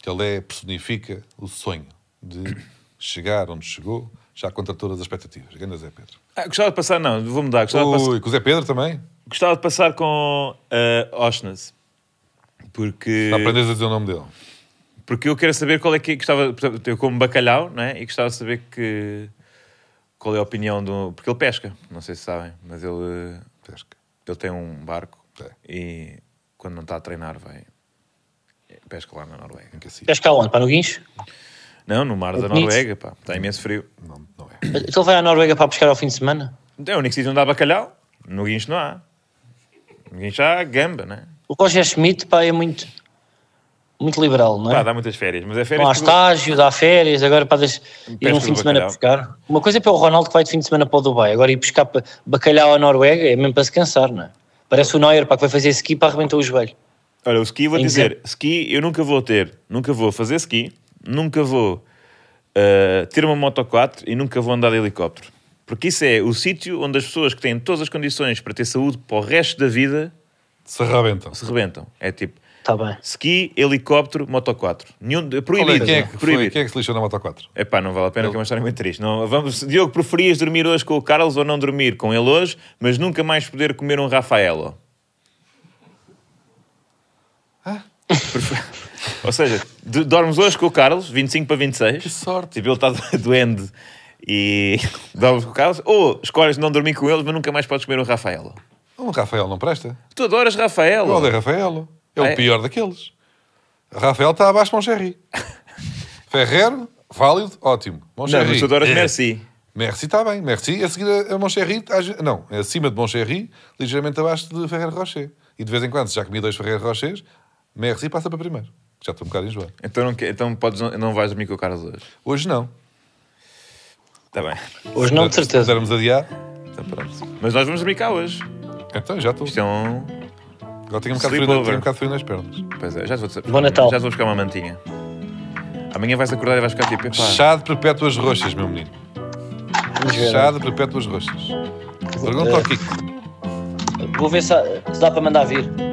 Que Ele é, personifica o sonho de chegar onde chegou, já contra todas as expectativas. Grande Zé Pedro.
Ah, gostava de passar, não, vou mudar. Gostava, de, passar,
Ui, com o Zé Pedro também?
gostava de passar com eh, Oshness. Porque.
Não aprendes a dizer o nome dele.
Porque eu quero saber qual é que gostava. portanto, Eu como bacalhau, não é? E gostava de saber que. Qual é a opinião do. Porque ele pesca, não sei se sabem, mas ele.
Pesca.
Ele tem um barco
Tem.
e quando não está a treinar, vai. Pesca lá na Noruega.
Em que assim.
Queres cá onde? Para no Guincho?
Não, no mar da
bonito.
Noruega, pá. Está imenso frio.
Não, não é.
Então vai à Noruega para pescar ao fim de semana?
É o único sítio onde há bacalhau. No guincho não há. No guincho há gamba, não é?
O Roger Schmidt, pá, é muito, muito liberal, não
Pá,
é?
dá muitas férias, mas é
Não
férias.
há
que-
estágio, dá férias, agora para deixar ir
Pesca
um
do
fim de semana
bacalhau.
pescar. Uma coisa é para o Ronaldo que vai de fim de semana para o Dubai, agora ir pescar pa- bacalhau à Noruega é mesmo para se cansar, não é? Parece o Neuer, pá, que vai fazer ski para arrebentar o joelho.
Olha, o ski, vou
Em
dizer, ski eu nunca vou ter, nunca vou fazer ski, nunca vou uh, ter uma moto 4 e nunca vou andar de helicóptero. Porque isso é o sítio onde as pessoas que têm todas as condições para ter saúde para o resto da vida
Se arrebentam.
se rebentam. É tipo,
Está Tá bem.
ski, helicóptero, moto 4. Nenhum, é
Qual é,
proibido,
quem, é que foi,
proibido.
quem é que se lixou na Moto 4?
Epá, não vale a pena, que é uma história muito triste. Não, vamos, Diogo, preferias dormir hoje com o Carlos ou não dormir com ele hoje, mas nunca mais poder comer um Rafaelo?
Ah.
Prefer- ou seja, d- dormes hoje com o Carlos, 25 para 26. Que
sorte.
Tipo, ele está do- doente e dormes com o Carlos. Ou escolhes não dormir com eles, mas nunca mais podes comer um Rafaelo.
O Rafael não presta.
Tu adoras
Eu
Rafaelo.
odeio Rafael. É
Ah, é?
o pior daqueles. Rafael está abaixo de Moncherry. Ferrero, válido, ótimo.
Não,
Moncherry.
mas tu adoras
É.
Merci.
Merci está bem. Merci a seguir a, a Moncherry. às ve- Não, é acima de Moncherry, ligeiramente abaixo de Ferrero Rocher. E de vez em quando, se já comi dois Ferrero Rochers, Merci passa para primeiro. Já estou um bocado enjoado.
Então, não, que- então podes, não, não vais dormir com o Carlos hoje.
Hoje não.
Está bem.
Hoje não, de
Se
certeza.
pudermos adiar,
Então pronto. Mas nós vamos dormir cá hoje.
então já estou.
Isto é um.
Agora tenho um bocado de frio,
Sleepover.
tenho um bocado de frio nas pernas.
Pois é, já te vou dizer.
Bom Natal.
Já te vou buscar uma mantinha. Amanhã vais acordar e vais ficar tipo, epá,
Chá de perpétuas roxas, meu menino.
Vamos ver.
Chá de perpétuas roxas. Pergunta ao Kiko.
Vou ver se, se dá para mandar vir.